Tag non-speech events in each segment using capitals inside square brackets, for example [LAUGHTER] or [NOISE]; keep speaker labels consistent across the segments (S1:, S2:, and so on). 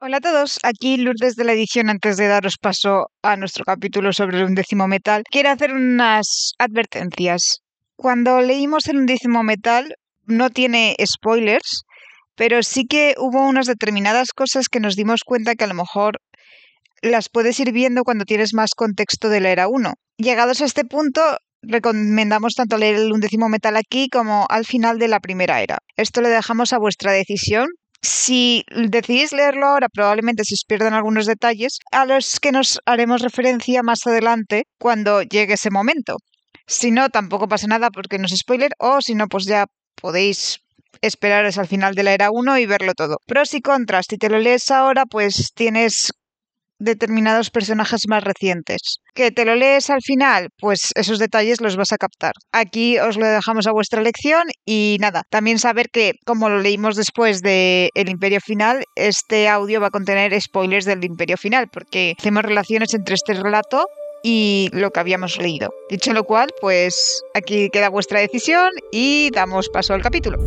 S1: Hola a todos, aquí Lourdes de la edición. Antes de daros paso a nuestro capítulo sobre el undécimo metal, quiero hacer unas advertencias. Cuando leímos el undécimo metal, no tiene spoilers, pero sí que hubo unas determinadas cosas que nos dimos cuenta que a lo mejor las puedes ir viendo cuando tienes más contexto de la era 1. Llegados a este punto, recomendamos tanto leer el undécimo metal aquí como al final de la primera era. Esto lo dejamos a vuestra decisión. Si decidís leerlo ahora, probablemente se os pierdan algunos detalles a los que nos haremos referencia más adelante cuando llegue ese momento. Si no, tampoco pasa nada porque no es spoiler, o si no, pues ya podéis esperaros al final de la era 1 y verlo todo. Pros y contras, si te lo lees ahora, pues tienes determinados personajes más recientes. ¿Que te lo lees al final? Pues esos detalles los vas a captar. Aquí os lo dejamos a vuestra elección y nada, también saber que como lo leímos después de El Imperio Final, este audio va a contener spoilers del Imperio Final porque hacemos relaciones entre este relato y lo que habíamos leído. Dicho lo cual, pues aquí queda vuestra decisión y damos paso al capítulo.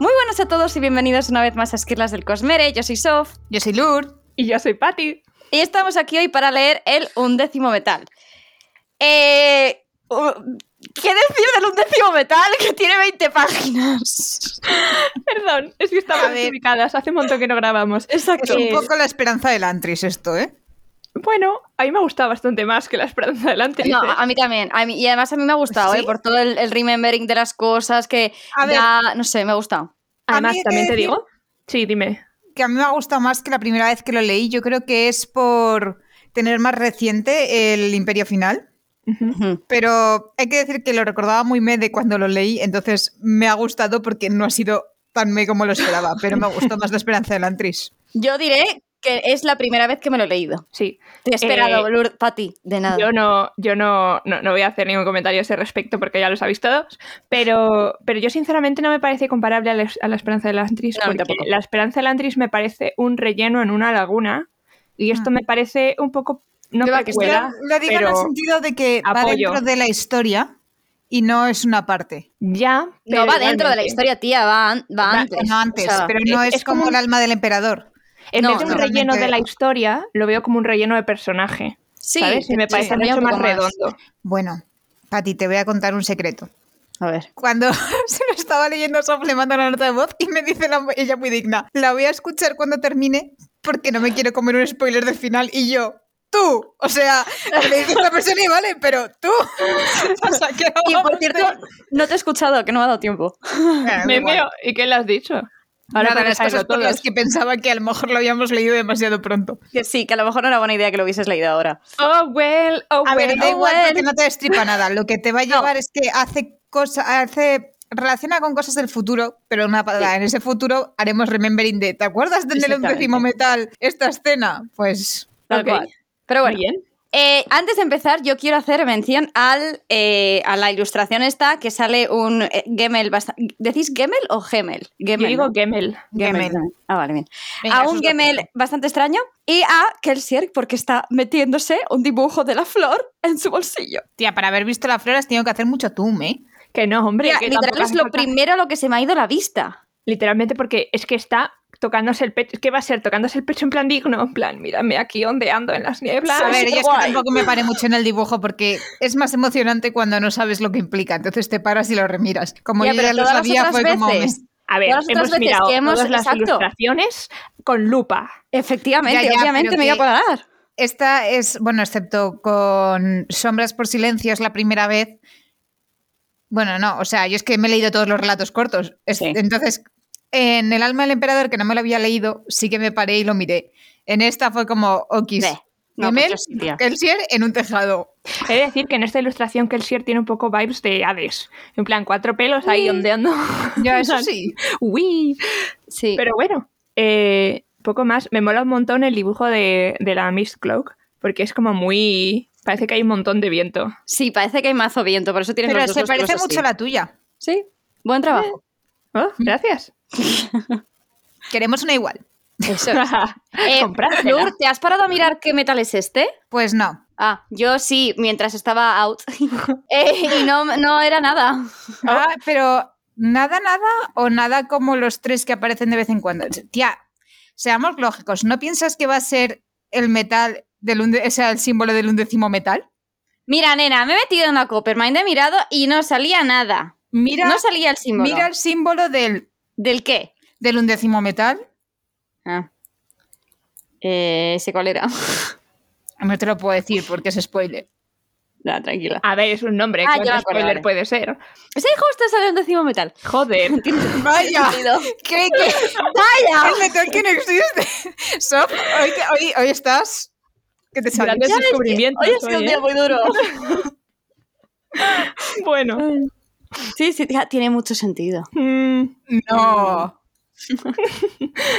S2: Muy buenas a todos y bienvenidos una vez más a Esquirlas del Cosmere. Yo soy Sof
S3: Yo soy Lur.
S4: Y yo soy Patty.
S2: y estamos aquí hoy para leer el undécimo metal. Eh, u- ¿Qué decir del undécimo metal que tiene 20 páginas?
S4: [LAUGHS] Perdón, es que
S3: A
S4: estamos
S3: ver.
S4: ubicadas. Hace un montón que no grabamos.
S2: [LAUGHS] Exacto.
S3: Es un
S4: Eh,
S3: poco la esperanza del Antris esto, ¿eh?
S4: Bueno, a mí me ha gustado bastante más que la esperanza delante.
S2: No, a a mí también. A mí- y además a mí me ha gustado,
S3: ¿Sí?
S2: eh, por todo el, el remembering de las cosas que
S3: A ver.
S2: da- no sé, me ha gustado.
S4: Además,
S3: mí he de
S4: también te
S3: decir-
S4: digo. Sí, dime.
S3: Que a mí me ha gustado más que la primera vez que lo leí. Yo creo que es por tener más reciente el Imperio Final.
S2: Ujú.
S3: Pero hay que decir que lo recordaba muy me de cuando lo leí, entonces me ha gustado porque no ha sido tan me como lo esperaba, pero me ha gustado más la esperanza del
S4: [LAUGHS]
S3: Antris.
S2: Yo diré que es la primera vez que me lo he leído.
S4: Sí.
S2: Te he esperado,
S4: Eh,
S2: Lourdes, para ti, de nada.
S4: Yo no, yo no, no, no voy a hacer ningún comentario a ese respecto porque ya los habéis todos. Pero, pero yo sinceramente no me parece comparable a la, a la esperanza del Antris.
S2: No, a mí
S4: porque
S2: tampoco.
S4: la esperanza del Antris me parece un relleno en una laguna. Y esto
S3: Mm.
S4: me parece un poco. No
S2: Yo la Ah. que estoy-
S4: precuela,
S3: Yo lo digo en el
S4: pero-
S3: sentido de que va
S4: apoyo.
S3: dentro de la historia y no es una parte.
S4: Ya.
S2: No
S4: pero
S2: va dentro de la
S4: igualmente.
S2: historia, tía, va, an- va
S4: Va-
S2: antes.
S3: No antes,
S2: O sea,
S3: pero no
S4: es-
S3: es,
S4: es como
S3: como
S4: un-
S3: el alma del emperador.
S4: En
S2: No,
S4: vez de un
S2: no.
S4: relleno de la
S3: Totalmente.
S4: historia, lo veo como un relleno de personaje.
S2: Sí,
S4: ¿Sabes? Y me
S2: sí,
S4: parece
S2: habría
S4: mucho
S2: un
S4: más,
S2: poco
S4: redondo.
S3: Bueno, Pati, te voy a contar un secreto.
S2: A ver.
S3: Cuando [LAUGHS] se lo estaba leyendo, Sof le manda una nota de voz y me dice la- ella muy digna, la voy a escuchar cuando termine porque no me quiero comer un spoiler del final y yo, tú, o sea, le dices a la persona y vale, pero tú. [LAUGHS] O sea, que no
S2: [LAUGHS] Y
S3: vamos
S2: por
S3: a
S2: cierto,
S3: hacer-
S2: no te he escuchado, que no me ha dado tiempo.
S3: Bueno, da
S4: Ah, Me
S3: igual.
S4: veo. ¿Y qué le has dicho? Ahora
S3: Nada,
S4: para
S3: las cosas
S4: saberlo
S3: por
S4: todo.
S3: las que pensaba que a lo mejor lo habíamos leído demasiado pronto.
S2: Que sí, que a lo mejor no era buena idea que lo hubieses leído ahora.
S4: Oh, well, oh,
S3: A ver,
S4: well.
S3: da
S2: oh,
S3: igual
S2: bueno.
S3: porque no te destripa nada. Lo que te
S2: [LAUGHS]
S3: va a llevar es que hace cosa, hace relaciona con cosas del futuro, pero una, en ese futuro haremos remembering de ¿te acuerdas del del
S2: Exactamente.
S3: undécimo metal? Esta escena, pues
S2: Tal
S4: Ok.
S2: cual. Pero
S4: Muy
S2: bueno,
S4: bien.
S2: eh, antes de empezar, yo quiero hacer mención al, eh, a la ilustración esta que sale un eh, Gemel. basta- ¿Decís Gemel o Gemel? Gemel.
S4: Yo digo
S2: ¿no?
S4: Gemel.
S3: Gemel.
S2: Ah, vale, bien.
S3: Venga,
S2: a
S3: eso
S2: un
S3: es lo
S2: Gemel
S3: justo.
S2: bastante extraño y a Kelsier porque está metiéndose un dibujo de la flor en su bolsillo.
S3: Tía, para haber visto la flor has tenido que hacer mucho zoom, ¿eh?
S4: Que no, hombre.
S2: Mira,
S4: que
S2: literal
S4: tampoco
S2: es
S4: hace
S2: lo
S4: falta-
S2: primero a lo que se me ha ido la vista.
S4: Literalmente porque es que está tocándose el pecho. ¿Qué va a ser? Tocándose el pecho en plan digno. En plan, mírame aquí ondeando en las nieblas.
S3: A ver, yo es que
S2: guay.
S3: tampoco me paré mucho en el dibujo porque es más emocionante cuando no sabes lo que implica, entonces te paras y lo remiras. Como
S2: Ya,
S3: yo
S2: pero
S3: ya lo
S2: todas las
S3: sabía,
S2: otras
S3: fue como... me-
S2: veces.
S4: A ver,
S2: Todas las otras
S4: hemos
S2: veces
S4: mirado
S2: que hemos-
S4: todas las
S2: exacto.
S4: ilustraciones con lupa.
S2: Efectivamente,
S3: Ya, ya,
S2: obviamente
S3: pero
S2: me iba a
S3: que-
S2: parar.
S3: Esta es, bueno, excepto con Sombras por Silencio, es la primera vez. Bueno, no, o sea, yo es que me he leído todos los relatos cortos. Es-
S2: Sí.
S3: Entonces, en El alma del emperador, que no me lo había leído, sí que me paré y lo miré. En esta fue como Okis.
S2: Ve, No,
S3: Dime.
S2: pues yo sí, tía.
S3: Kelsier en un
S2: [LAUGHS]
S3: tejado.
S4: He de decir que en esta ilustración Kelsier tiene un poco vibes de Hades. En plan, cuatro pelos ahí
S2: [LAUGHS]
S4: ondeando.
S3: Ya, eso sí.
S4: Uy.
S2: Sí.
S4: Pero bueno, eh, poco más. Me mola un montón el dibujo de, de la Miss Cloak, porque es como muy... Parece que hay un montón de viento.
S2: Sí, parece que hay mazo viento, por eso tiene
S3: Pero se parece mucho a la tuya.
S2: Sí, buen trabajo.
S4: Oh,
S2: Mm. [LAUGHS]
S4: gracias.
S3: Queremos una igual.
S2: Eso es. [LAUGHS]
S3: [LAUGHS]
S2: Eh,
S4: Comprádmela.
S2: Lur, ¿te has parado a mirar qué metal es este?
S3: Pues no.
S2: Ah, yo sí, mientras estaba out. [LAUGHS] Eh, y no, no era nada.
S3: Ah, pero nada, nada o nada como los tres que aparecen de vez en cuando. Tía, seamos lógicos. ¿No piensas que va a ser el metal del unde- o sea, el símbolo del undécimo metal?
S2: Mira, nena, me he metido en la Coppermine, he mirado y no salía nada.
S3: Mira,
S2: no salía el símbolo.
S3: mira el símbolo del,
S2: ¿Del qué?
S3: del undécimo metal.
S2: Ah. Eh, ese cuál era. [LAUGHS]
S3: No te lo puedo decir porque es spoiler.
S2: Nah, tranquila.
S4: A ver, es un nombre.
S2: Ah, ya me
S4: ¿Cuánto
S2: acuerdo,
S4: spoiler
S2: vale.
S4: puede ser?
S2: Sí, justo salió un décimo metal.
S4: Joder.
S2: [LAUGHS]
S3: Vaya, [LAUGHS]
S2: Sentido.
S3: ¿qué, qué,
S2: ¡Vaya!
S3: el metal que no existe. [LAUGHS] Sof, hoy, te- hoy- hoy estás. ¿Qué te sale?
S4: Grandes
S2: Ya ves que
S4: descubrimientos.
S2: Hoy ha sido
S4: hoy,
S2: un día
S4: ¿eh?
S2: muy
S4: [LAUGHS]
S2: duro.
S4: Bueno.
S2: Sí, sí, tía, tiene mucho sentido.
S4: Mm,
S3: No.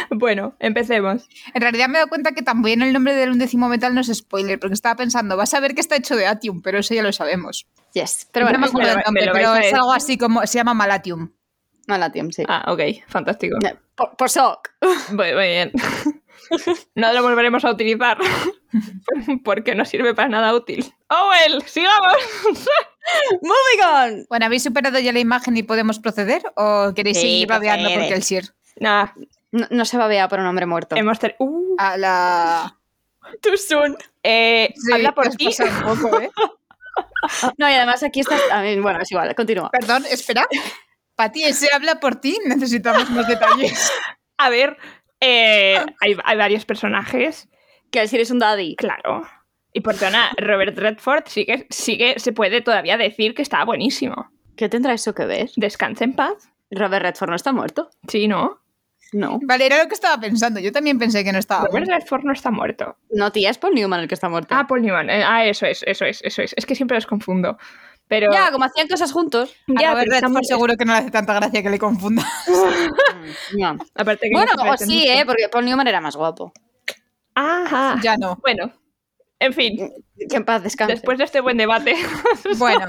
S4: bueno, empecemos.
S3: En realidad me he dado cuenta que también el nombre del undécimo metal no es spoiler, porque estaba pensando, vas a ver que está hecho de Atium, pero eso ya lo sabemos.
S2: Yes. Pero bueno,
S3: no me
S4: me
S3: acuerdo
S4: lo-
S3: el nombre,
S4: me
S3: pero
S4: lo vais a
S3: es
S4: decir.
S3: algo así como. Se llama Malatium.
S2: mala tiempo, sí.
S4: Ah, ok, fantástico.
S2: Por, por shock.
S4: Muy,
S3: [LAUGHS]
S4: muy bien. No lo volveremos a utilizar [LAUGHS] porque no sirve para nada útil. ¡Owen! ¡Sigamos! Oh
S2: ¡Moving on!
S3: Bueno, ¿habéis superado ya la imagen y podemos proceder? ¿O queréis
S2: Sí,
S3: seguir babeando
S2: procede.
S3: por Kelsier?
S4: Nada,
S2: No, no se babea por un hombre muerto.
S4: hemos ter- ¡Uh!
S3: A la.
S4: ¡Too soon! Eh,
S3: Ah. Sí,
S4: habla por
S3: te has
S4: ti.
S3: pasado un poco,
S4: [LAUGHS]
S3: ¿eh?
S2: [LAUGHS] No, y además aquí está... a mí- bueno, es igual, continúa.
S3: Perdón, espera. Pati, ese habla por ti. Necesitamos más
S4: [LAUGHS]
S3: detalles.
S4: A ver, eh, hay, hay varios personajes,
S2: Que si eres un daddy.
S4: claro. Y por zona, Robert Redford sí que, sí que se puede todavía decir que está buenísimo.
S2: ¿Qué tendrá eso que ver?
S4: Descansa en paz.
S2: Robert Redford no está muerto.
S4: Sí, ¿no?
S2: No.
S3: Vale, era lo que estaba pensando. Yo también pensé que no estaba.
S4: Robert Redford no está muerto.
S2: No, tía, es Paul Newman el que está muerto.
S4: Ah, Paul Newman. Eh, ah, eso es, eso es, eso es. Es que siempre los confundo. Pero...
S2: ya, como hacían cosas
S4: [LAUGHS]
S2: juntos.
S3: Ya,
S4: Ya,
S3: a Robert
S4: pero está
S3: Redford
S4: muy-
S3: seguro que no le hace tanta gracia que le confunda. [LAUGHS]
S2: No.
S4: Aparte que
S2: Bueno,
S4: no se
S2: o
S4: parecen
S2: sí,
S4: mucho.
S2: ¿eh? Porque Paul Newman era más guapo.
S4: Ajá.
S3: ya no.
S4: Bueno, en fin,
S2: Que en paz descanse.
S4: después de este buen debate,
S3: Bueno.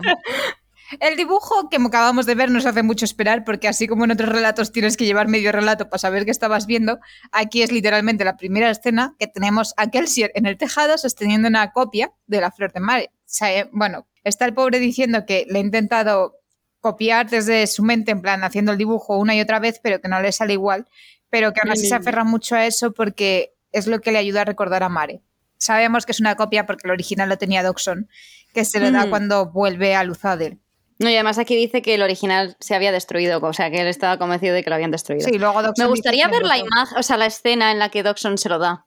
S3: El dibujo que acabamos de ver nos hace mucho esperar porque así como en otros relatos tienes que llevar medio relato para saber qué estabas viendo, aquí es literalmente la primera escena que tenemos a Kelsier en el tejado sosteniendo una copia de la flor de mar. O sea, eh, bueno, está el pobre diciendo que le ha intentado copiar desde su mente, en plan haciendo el dibujo una y otra vez, pero que no le sale igual, pero que aún así se aferra mucho a eso porque es lo que le ayuda a recordar a Mare. Sabemos que es una copia porque el original lo tenía Doxon, que se le da
S2: Mm.
S3: cuando vuelve a Luzadel.
S2: No, y además aquí dice que el original se había destruido. O sea, que él estaba convencido de que lo habían destruido.
S3: Sí, luego Doxon
S2: Me gustaría
S3: dice que
S2: ver la
S3: no.
S2: imagen, o sea, la escena en la que Doxon se lo da.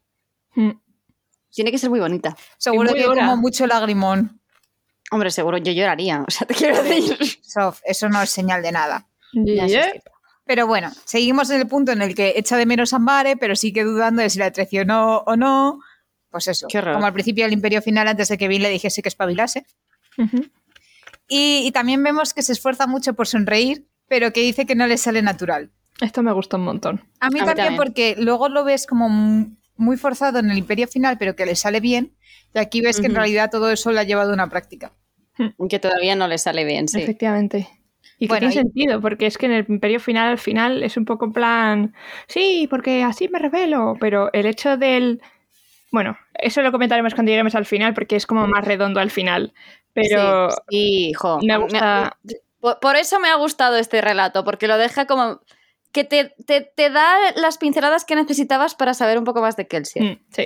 S4: Mm,
S2: Tiene que ser muy bonita.
S3: Seguro
S4: muy
S3: que
S4: dura.
S3: como mucho lagrimón.
S2: Hombre, seguro yo lloraría. O sea, te [LAUGHS] quiero decir.
S3: Sof, eso no es señal de nada.
S2: Ya, eso
S4: yeah.
S2: sí.
S3: Pero bueno, seguimos en el punto en el que echa de menos a Mare, pero sigue dudando de si la traicionó o no. Pues eso,
S2: Qué raro.
S3: como al principio del Imperio Final, antes de que Vin le dijese que espabilase.
S4: Ujú.
S3: Y, y también vemos que se esfuerza mucho por sonreír, pero que dice que no le sale natural.
S4: esto me gusta un montón.
S3: A mí,
S2: A mí
S3: también,
S2: también.
S3: porque luego lo ves como mu- muy forzado en el Imperio Final, pero que le sale bien. Y aquí ves que en
S2: Ujú.
S3: realidad todo eso lo ha llevado a una práctica.
S2: Que todavía no le sale bien, sí.
S4: Efectivamente. Y
S3: Bueno,
S4: que tiene
S3: y-
S4: sentido, porque es que en el Imperio Final, al final, es un poco en plan, sí, porque así me revelo, pero el hecho del... Bueno, eso lo comentaremos cuando lleguemos al final, porque es como más redondo al final, pero...
S2: Sí, sí, hijo.
S4: me gusta-
S2: por, por eso me ha gustado este relato, porque lo deja como. que te, te- te da las pinceladas que necesitabas para saber un poco más de Kelsey.
S4: Mm, sí.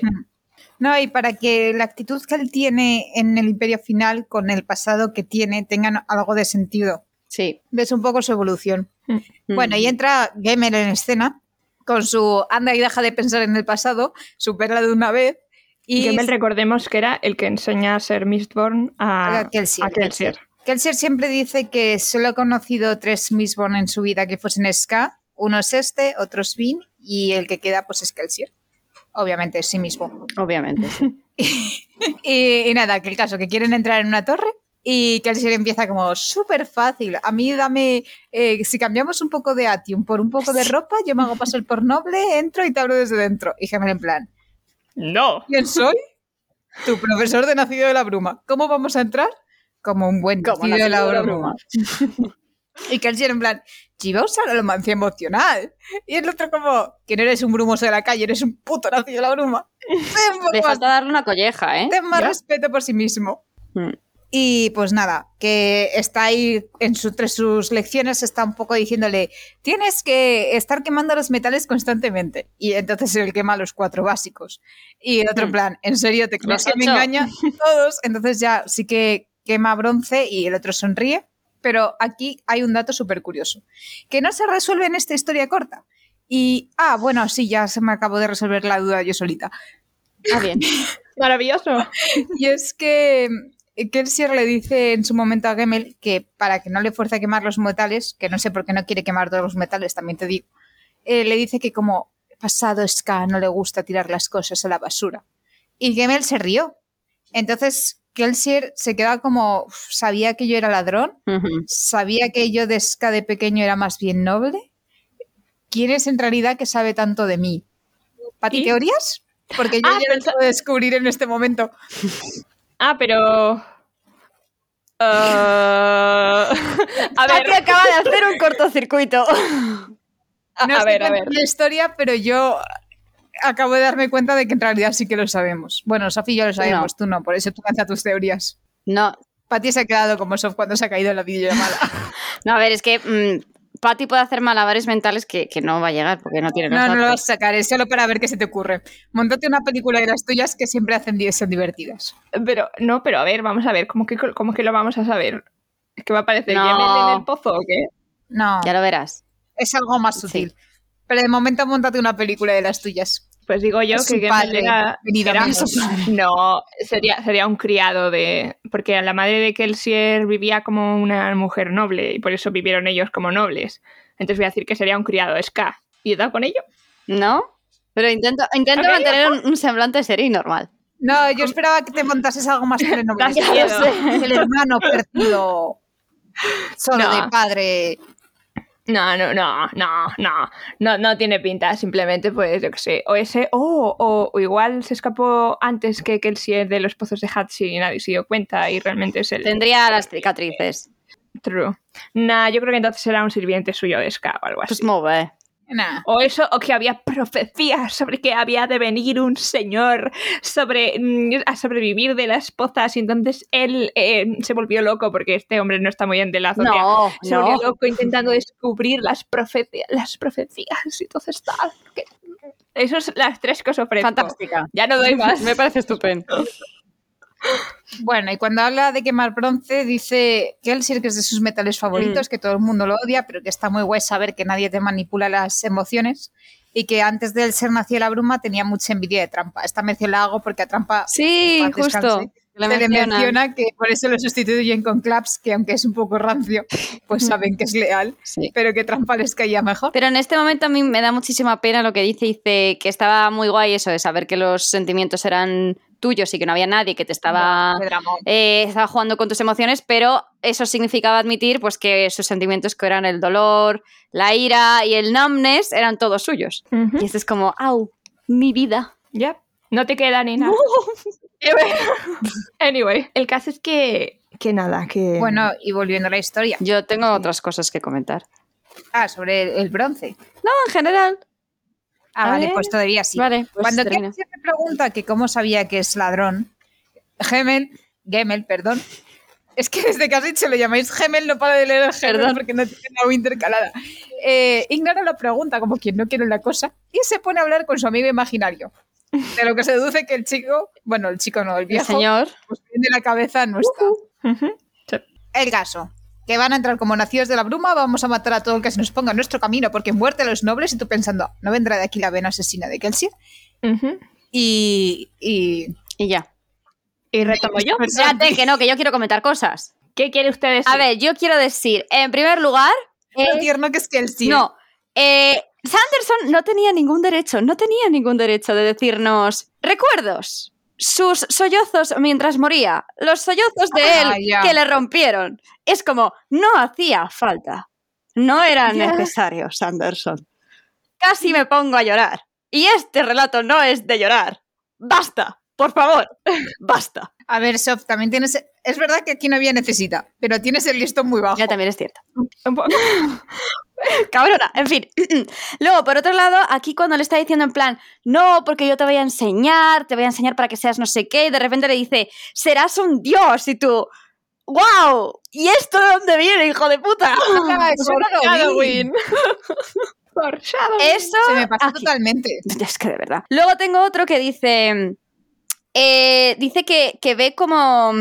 S3: No, y para que la actitud que él tiene en el Imperio Final con el pasado que tiene tengan algo de sentido.
S2: Sí.
S3: Ves un poco su evolución. Bueno,
S2: Mm.
S3: y entra Gamer en escena con su anda y deja de pensar en el pasado, supera de una vez y
S4: Gemmel, recordemos que era el que enseña a ser Mistborn a,
S3: A Kelsier.
S4: a Kelsier.
S3: Kelsier siempre dice que solo ha conocido tres Mistborn en su vida que fuesen Ska, uno es este, otro es Vin y el que queda pues es Kelsier. obviamente, sí mismo.
S2: Mm, [LAUGHS] Obviamente. sí.
S3: Y, y nada, que el caso, que quieren entrar en una torre y que Kelsier empieza como súper fácil. A mí dame, eh, si cambiamos un poco de Atium por un poco de ropa, yo me hago pasar por noble, entro y te hablo desde dentro. Y Gemel en plan,
S4: No.
S3: ¿quién soy? Tu profesor de Nacido de la Bruma. ¿Cómo vamos a entrar? Como un buen
S2: Como
S3: Nacido de la
S2: nacido de
S3: Bruma.
S2: la bruma.
S3: [LAUGHS] Y Kelsier en plan, chiva usar alomancia emocional. Y el otro como, que no eres un brumoso de la calle, eres un puto Nacido de la
S2: [LAUGHS]
S3: Bruma. Ten un
S2: Le
S3: poco más
S2: falta darle una colleja, [LAUGHS] ¿eh?
S3: ten más
S4: Ya.
S3: respeto por sí mismo.
S2: Mm.
S3: Y pues nada, que está ahí entre sus lecciones, está un poco diciéndole, tienes que estar quemando los metales constantemente. Y entonces él quema los cuatro básicos. Y el otro
S2: Mm.
S3: plan, ¿en serio te crees
S2: Los
S3: que me
S2: ocho. [LAUGHS]
S3: engaña? Todos. Entonces ya sí que quema bronce y el otro sonríe. Pero aquí hay un dato súper curioso, que no se resuelve en esta historia corta. Y, ah, bueno, sí, ya se me acabó de resolver la duda yo solita.
S2: Ah, [LAUGHS] bien.
S4: Maravilloso.
S3: Y es que eh, Kelsier le dice en su momento a Gemmel que para que no le fuerce a quemar los metales, que no sé por qué no quiere quemar todos los metales, también te digo, eh, le dice que como pasado Ska no le gusta tirar las cosas a la basura. Y Gemmel se rió. Entonces Kelsier se queda como, "Uf, sabía que yo era ladrón,
S2: Ujú.
S3: sabía que yo de Ska de pequeño era más bien noble. ¿Quién es en realidad que sabe tanto de mí? ¿Pati
S4: ¿Y?
S3: teorías? Porque yo
S4: Ah,
S3: ya lo
S4: pensa-
S3: puedo descubrir en este momento.
S4: Ah, pero. Eh, [LAUGHS] a ver,
S2: Patty acaba de hacer un [LAUGHS] cortocircuito. [LAUGHS]
S4: a,
S3: No
S4: a
S3: estoy
S4: ver, a ver.
S3: contando la historia, pero yo acabo de darme cuenta de que en realidad sí que lo sabemos. Bueno, Sofi y yo lo sabemos, tú no, por eso tú lanza tus teorías.
S2: No,
S3: Patty se ha quedado como Sof cuando se ha caído en la videollamada.
S2: no, a ver, es que mm, Patty puede hacer malabares mentales que, que no va a llegar porque no tiene los
S3: no, no lo
S2: datos.
S3: vas a sacar, es solo para ver qué se te ocurre. Montate una película de las tuyas que siempre hacen 10 son divertidas.
S4: Pero, no, pero a ver, vamos a ver, ¿cómo que, cómo que lo vamos a saber? ¿Es que va a aparecer
S2: No.
S4: Yemen en el pozo o qué?
S3: No,
S2: Ya lo verás.
S3: es algo más sutil. Pero de momento montate una película de las tuyas.
S4: Pues digo yo
S3: Es su
S4: que Yemen
S3: padre.
S4: era,
S3: Venido
S4: era-
S3: amigos.
S4: No, sería, sería un criado de... Porque la madre de Kelsier vivía como una mujer noble y por eso vivieron ellos como nobles. Entonces voy a decir que sería un criado de Ska. ¿Y he dado con ello?
S2: ¿No? Pero intento, intento
S4: A ver,
S2: mantener un, un semblante serio y normal.
S3: No, yo esperaba que te montases algo más
S4: Das
S3: telenovela.
S4: miedo.
S3: El hermano perdido, solo
S4: No.
S3: de padre.
S4: No, no, no, no, no, no, no tiene pinta, simplemente pues yo que sé, o ese, o, o, o igual se escapó antes que Kelsier de los pozos de Hatsi y nadie se dio cuenta y realmente es el
S2: Tendría las cicatrices.
S4: true. Nah, yo creo que entonces era un sirviente suyo de Ska o algo así.
S2: Pues move.
S3: Nah.
S4: O eso, o que había profecías sobre que había de venir un señor sobre, mm, a sobrevivir de las pozas y entonces él eh, se volvió loco porque este hombre no está muy bien de la azotea.
S2: No,
S4: Se
S2: no.
S4: volvió loco intentando descubrir las, profe- las profecías y entonces tal. que- Eso es las tres que os ofrezco.
S2: Fantástica.
S4: Ya no doy más. [LAUGHS]
S2: Me parece estupendo.
S3: Bueno, y cuando habla de quemar bronce, dice que el circo es de sus metales
S2: Mm.
S3: favoritos, que todo el mundo lo odia, pero que está muy guay saber que nadie te manipula las emociones y que antes del ser nacido la bruma tenía mucha envidia de Trampa. Esta mención la hago porque a Trampa
S2: Sí,
S3: Paz
S2: justo.
S3: descanse.
S2: La
S3: se le
S2: mencionan.
S3: menciona que por eso lo sustituyen con Claps, que aunque es un poco rancio, pues
S2: Mm.
S3: saben que es leal,
S2: Sí.
S3: pero que Trampa les caía mejor.
S2: Pero en este momento a mí me da muchísima pena lo que dice. Dice que estaba muy guay eso de saber que los sentimientos eran tuyos y que no había nadie que te estaba,
S3: Qué dramón.
S2: eh, estaba jugando con tus emociones, pero eso significaba admitir pues que sus sentimientos que eran el dolor, la ira y el numbness eran todos suyos. Y esto es como, au, mi vida.
S4: Ya, no te queda ni nada. [LAUGHS] Em, anyway, el caso es que, que nada, que...
S3: Bueno, y volviendo a la historia.
S2: Yo tengo otras cosas que comentar.
S3: Ah, sobre el, el bronce.
S2: No, en general.
S3: Ah,
S2: A
S3: vale,
S2: ver.
S3: pues todavía sí.
S2: Vale, pues
S3: Cuando
S2: termino.
S3: Kelsier me pregunta que cómo sabía que es ladrón, Gemel, Gemel, perdón, es que desde que has dicho lo llamáis Gemel, no para de leer el Gemel
S2: Perdón.
S3: porque no tiene nada intercalada. Eh, ignora la pregunta como quien no quiere la cosa y se pone a hablar con su amigo imaginario. De lo que se deduce que el chico, bueno, el chico no, el
S2: El
S3: viejo,
S2: señor.
S3: pues de la cabeza no está.
S4: Ujú.
S3: El caso. Que van a entrar como nacidos de la bruma, vamos a matar a todo el que se nos ponga en nuestro camino, porque muerte a los nobles, y tú pensando, no vendrá de aquí la vena asesina de Kelsier.
S4: Ujú.
S3: Y, y
S2: Y ya.
S4: Y retomo yo.
S2: Espérate, que no, que yo quiero comentar cosas.
S4: ¿Qué quiere usted decir?
S2: A ver, yo quiero decir, en primer lugar, eh,
S3: lo tierno que es Kelsier.
S2: no, eh, Sanderson no tenía ningún derecho, no tenía ningún derecho de decirnos recuerdos. Sus sollozos mientras moría, los sollozos de él
S3: Ah, ya.
S2: que le rompieron. Es como, no hacía falta. No era
S4: Ya.
S2: necesario, Sanderson. Casi me pongo a llorar. Y este relato no es de llorar. Basta, por favor, basta.
S3: A ver, Sof, también tienes. Es verdad que aquí no había necesita, pero tienes el listón muy bajo.
S2: Ya también es cierto.
S4: Un [LAUGHS] poco-
S2: cabrona, en fin. [CLEARS THROAT] Luego, por otro lado, aquí cuando le está diciendo en plan, no, porque yo te voy a enseñar, te voy a enseñar para que seas no sé qué, y de repente le dice, serás un dios, y tú, wow, ¿y esto de dónde viene, hijo de puta?
S3: Ah,
S4: pues
S3: eso no lo vi.
S4: [LAUGHS] Shadowin. Por Shadowin.
S2: Eso
S3: Se me pasó
S2: aquí. [LAUGHS]
S3: totalmente.
S2: Es que de verdad. Luego tengo otro que dice. eh, dice que, que ve como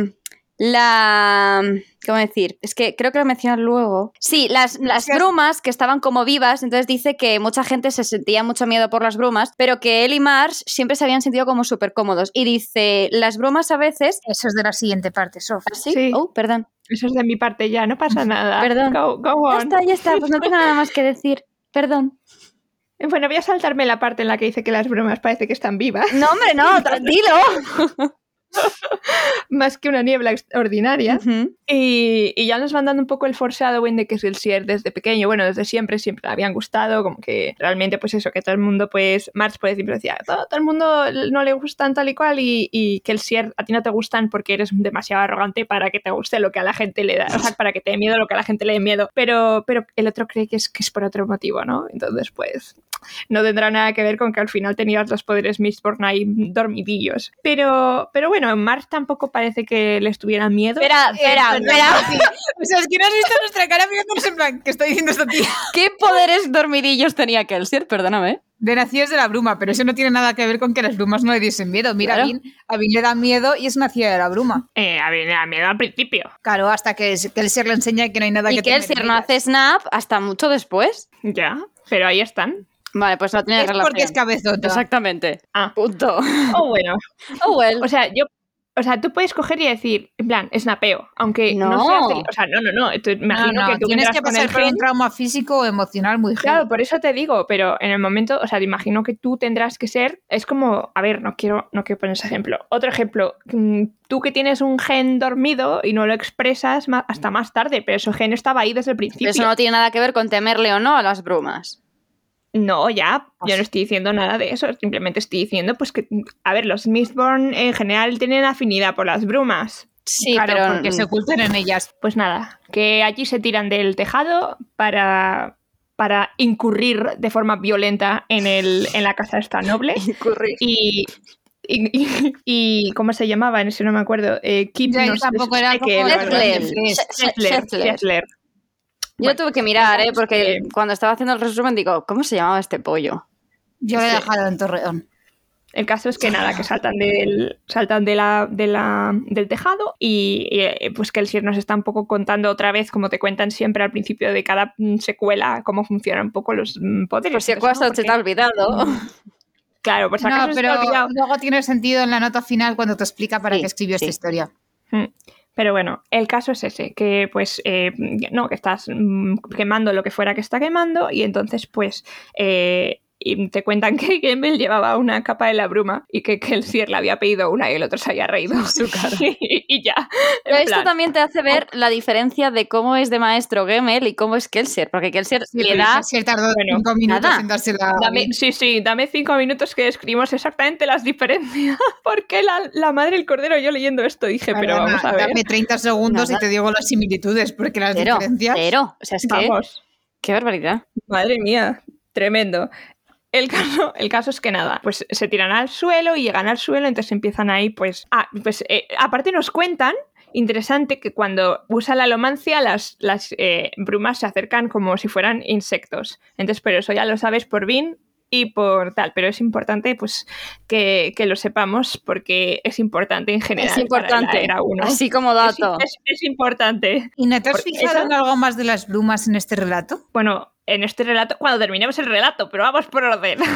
S2: la. ¿Cómo decir? Es que creo que lo mencionas luego. Sí, las, las
S3: Gracias.
S2: brumas que estaban como vivas. Entonces dice que mucha gente se sentía mucho miedo por las brumas, pero que él y Mars siempre se habían sentido como súper cómodos. Y dice: las brumas a veces.
S3: Eso es de la siguiente parte, Sof.
S2: ¿Ah, sí?
S4: Sí.
S2: Oh, perdón.
S4: Eso es de mi parte ya, no pasa nada.
S2: Perdón.
S4: Go, go
S2: Ya
S4: on.
S2: está, ya está. Pues no tengo nada más que decir. Perdón.
S4: Bueno, voy a saltarme la parte en la que dice que las bromas parece que están vivas,
S2: No, hombre, [LAUGHS] no, tranquilo.
S4: [LAUGHS] más que una niebla extraordinaria.
S2: Ujú.
S4: Y, y ya nos van dando un poco el foreshadowing de que Silsier desde pequeño, bueno, desde siempre, siempre le habían gustado, como que realmente, pues eso, que todo el mundo, pues, March, pues, siempre decía, todo, todo el mundo no le gustan tal y cual, y, y que el Sier a ti no te gustan porque eres demasiado arrogante para que te guste lo que a la gente le da, o sea, para que te dé miedo lo que a la gente le dé miedo, pero, pero el otro cree que es, que es por otro motivo, ¿no? Entonces, pues, no tendrá nada que ver con que al final tenías los poderes Mistborn ahí dormidillos. Pero, pero bueno, March tampoco parece que les tuviera miedo.
S2: Espera, espera,
S3: [LAUGHS]
S2: espera.
S3: O sea, es que no has visto nuestra cara mirándonos en plan, ¿qué está diciendo esta tía?
S2: ¿Qué poderes dormidillos tenía Kelsier? Perdóname.
S3: De nacidos de la bruma, pero eso no tiene nada que ver con que las brumas no le diesen miedo. Mira,
S2: Claro.
S3: a Vin, a Vin le da miedo y es nacida de la bruma.
S4: Eh, a mí me da miedo al principio.
S3: Claro, hasta que el le enseña que no hay nada
S2: Y
S3: que
S2: que
S3: temer
S2: el
S3: en
S2: Sir no
S3: ellas.
S2: hace snap hasta mucho después.
S4: Ya, pero ahí están.
S2: Vale, pues no tiene
S3: Es
S2: relación.
S3: porque es cabezota.
S2: Exactamente.
S4: Ah.
S2: Punto.
S4: Oh, bueno.
S2: [LAUGHS] Oh, well.
S4: O sea, yo. O sea, tú puedes coger y decir, en plan, snapeo. Aunque no,
S2: No.
S4: seas. del- O sea, no, no, no. Tú,
S3: No,
S4: imagino
S3: no,
S4: que tú
S3: tienes
S4: vendrás
S3: que
S4: con
S3: pasar
S4: el
S3: por
S4: gen.
S3: un trauma físico o emocional muy
S4: Claro,
S3: grave.
S4: por eso te digo, pero en el momento, o sea, imagino que tú tendrás que ser, es como, a ver, no quiero, no quiero poner ese ejemplo. Otro ejemplo, mm, tú que tienes un gen dormido y no lo expresas ma- hasta más tarde, pero ese gen estaba ahí desde el principio.
S2: Pues Eso no tiene nada que ver con temerle o no a las brumas.
S4: No, ya, yo no estoy diciendo nada de eso, simplemente estoy diciendo pues que, a ver, los Mistborn en general tienen afinidad por las brumas.
S2: Sí,
S3: Claro,
S2: pero
S3: porque se ocultan en ellas.
S4: Pues nada, que allí se tiran del tejado para, para incurrir de forma violenta en, el, en la casa esta [LAUGHS] noble
S3: [LAUGHS]
S2: incurrir.
S4: y... Y, y- y- cómo se llamaba? En ese no me acuerdo. Eh, Kip
S3: Ya, yo
S4: nos-
S3: tampoco era
S4: Shekel,
S3: como-
S4: o algo así.
S2: Sheffler.
S3: Sheffler.
S4: Sheffler,
S2: Sheffler.
S4: Sheffler.
S2: Yo tuve que mirar, ¿eh? Porque
S4: Sí.
S2: cuando estaba haciendo el resumen digo, ¿cómo se llamaba este pollo?
S3: Yo lo he
S4: Sí.
S3: dejado en Torreón.
S4: El caso
S2: [LAUGHS]
S4: es que nada, que saltan del, saltan de la, de la- del tejado y, y, eh, pues que el Sir nos está un poco contando otra vez, como te cuentan siempre al principio de cada mm, secuela, cómo funcionan un poco los mm, poderes.
S2: Por si
S4: Entonces,
S2: acaso
S4: ¿no?
S2: se
S4: Porque-
S2: te ha olvidado.
S3: Mm.
S2: [LAUGHS]
S4: Claro, por si acaso
S3: No,
S4: se te ha
S3: pero
S4: olvidado.
S3: luego tiene sentido en la nota final cuando te explica para
S2: Sí,
S3: qué escribió
S2: sí.
S3: esta historia.
S4: Mm. Pero bueno, el caso es ese, que pues eh, no, que estás mm, quemando lo que fuera que está quemando y entonces pues eh, y te cuentan [LAUGHS] que Gembel llevaba una capa de la bruma y que, que el Sir le había pedido una y el otro se había reído su [LAUGHS] cara. y, ya. en
S2: Pero esto
S4: plan,
S2: también te hace ver la diferencia de cómo es de maestro Gemel y cómo es Kelsier. Porque Kelsier
S3: Sí,
S2: le
S3: pero
S2: da
S3: si él tardó
S4: Bueno,
S3: cinco minutos
S2: nada.
S3: en dársela. a
S4: Dame-
S3: Vin.
S4: sí, sí, dame cinco minutos que describimos exactamente las diferencias. [LAUGHS] Porque la, la madre del cordero, yo leyendo esto dije, pero
S3: Perdona,
S4: vamos a ver.
S3: Dame 30 segundos
S2: Nada.
S3: y te digo las similitudes, porque las
S2: cero,
S3: diferencias.
S2: cero. O sea, es que...
S4: Vamos.
S2: ¡Qué barbaridad!
S4: Madre mía, tremendo. El caso, [LAUGHS] el caso es que nada, pues se tiran al suelo y llegan al suelo, entonces empiezan ahí, pues. Ah, pues eh, aparte nos cuentan, interesante, que cuando usa la alomancia, las, las eh, brumas se acercan como si fueran insectos. Entonces, pero eso ya lo sabes por Vin y por tal, pero es importante pues que, que lo sepamos porque es importante en general.
S2: Es
S4: para
S2: importante.
S4: la era uno.
S2: Así como
S4: Es-
S2: dato.
S4: es- es importante.
S3: ¿Y no te has
S4: Porque
S3: fijado
S4: esa-
S3: en algo más de las brumas en este relato?
S4: Bueno, en este relato, cuando terminemos el relato, pero vamos por orden.
S3: Vale,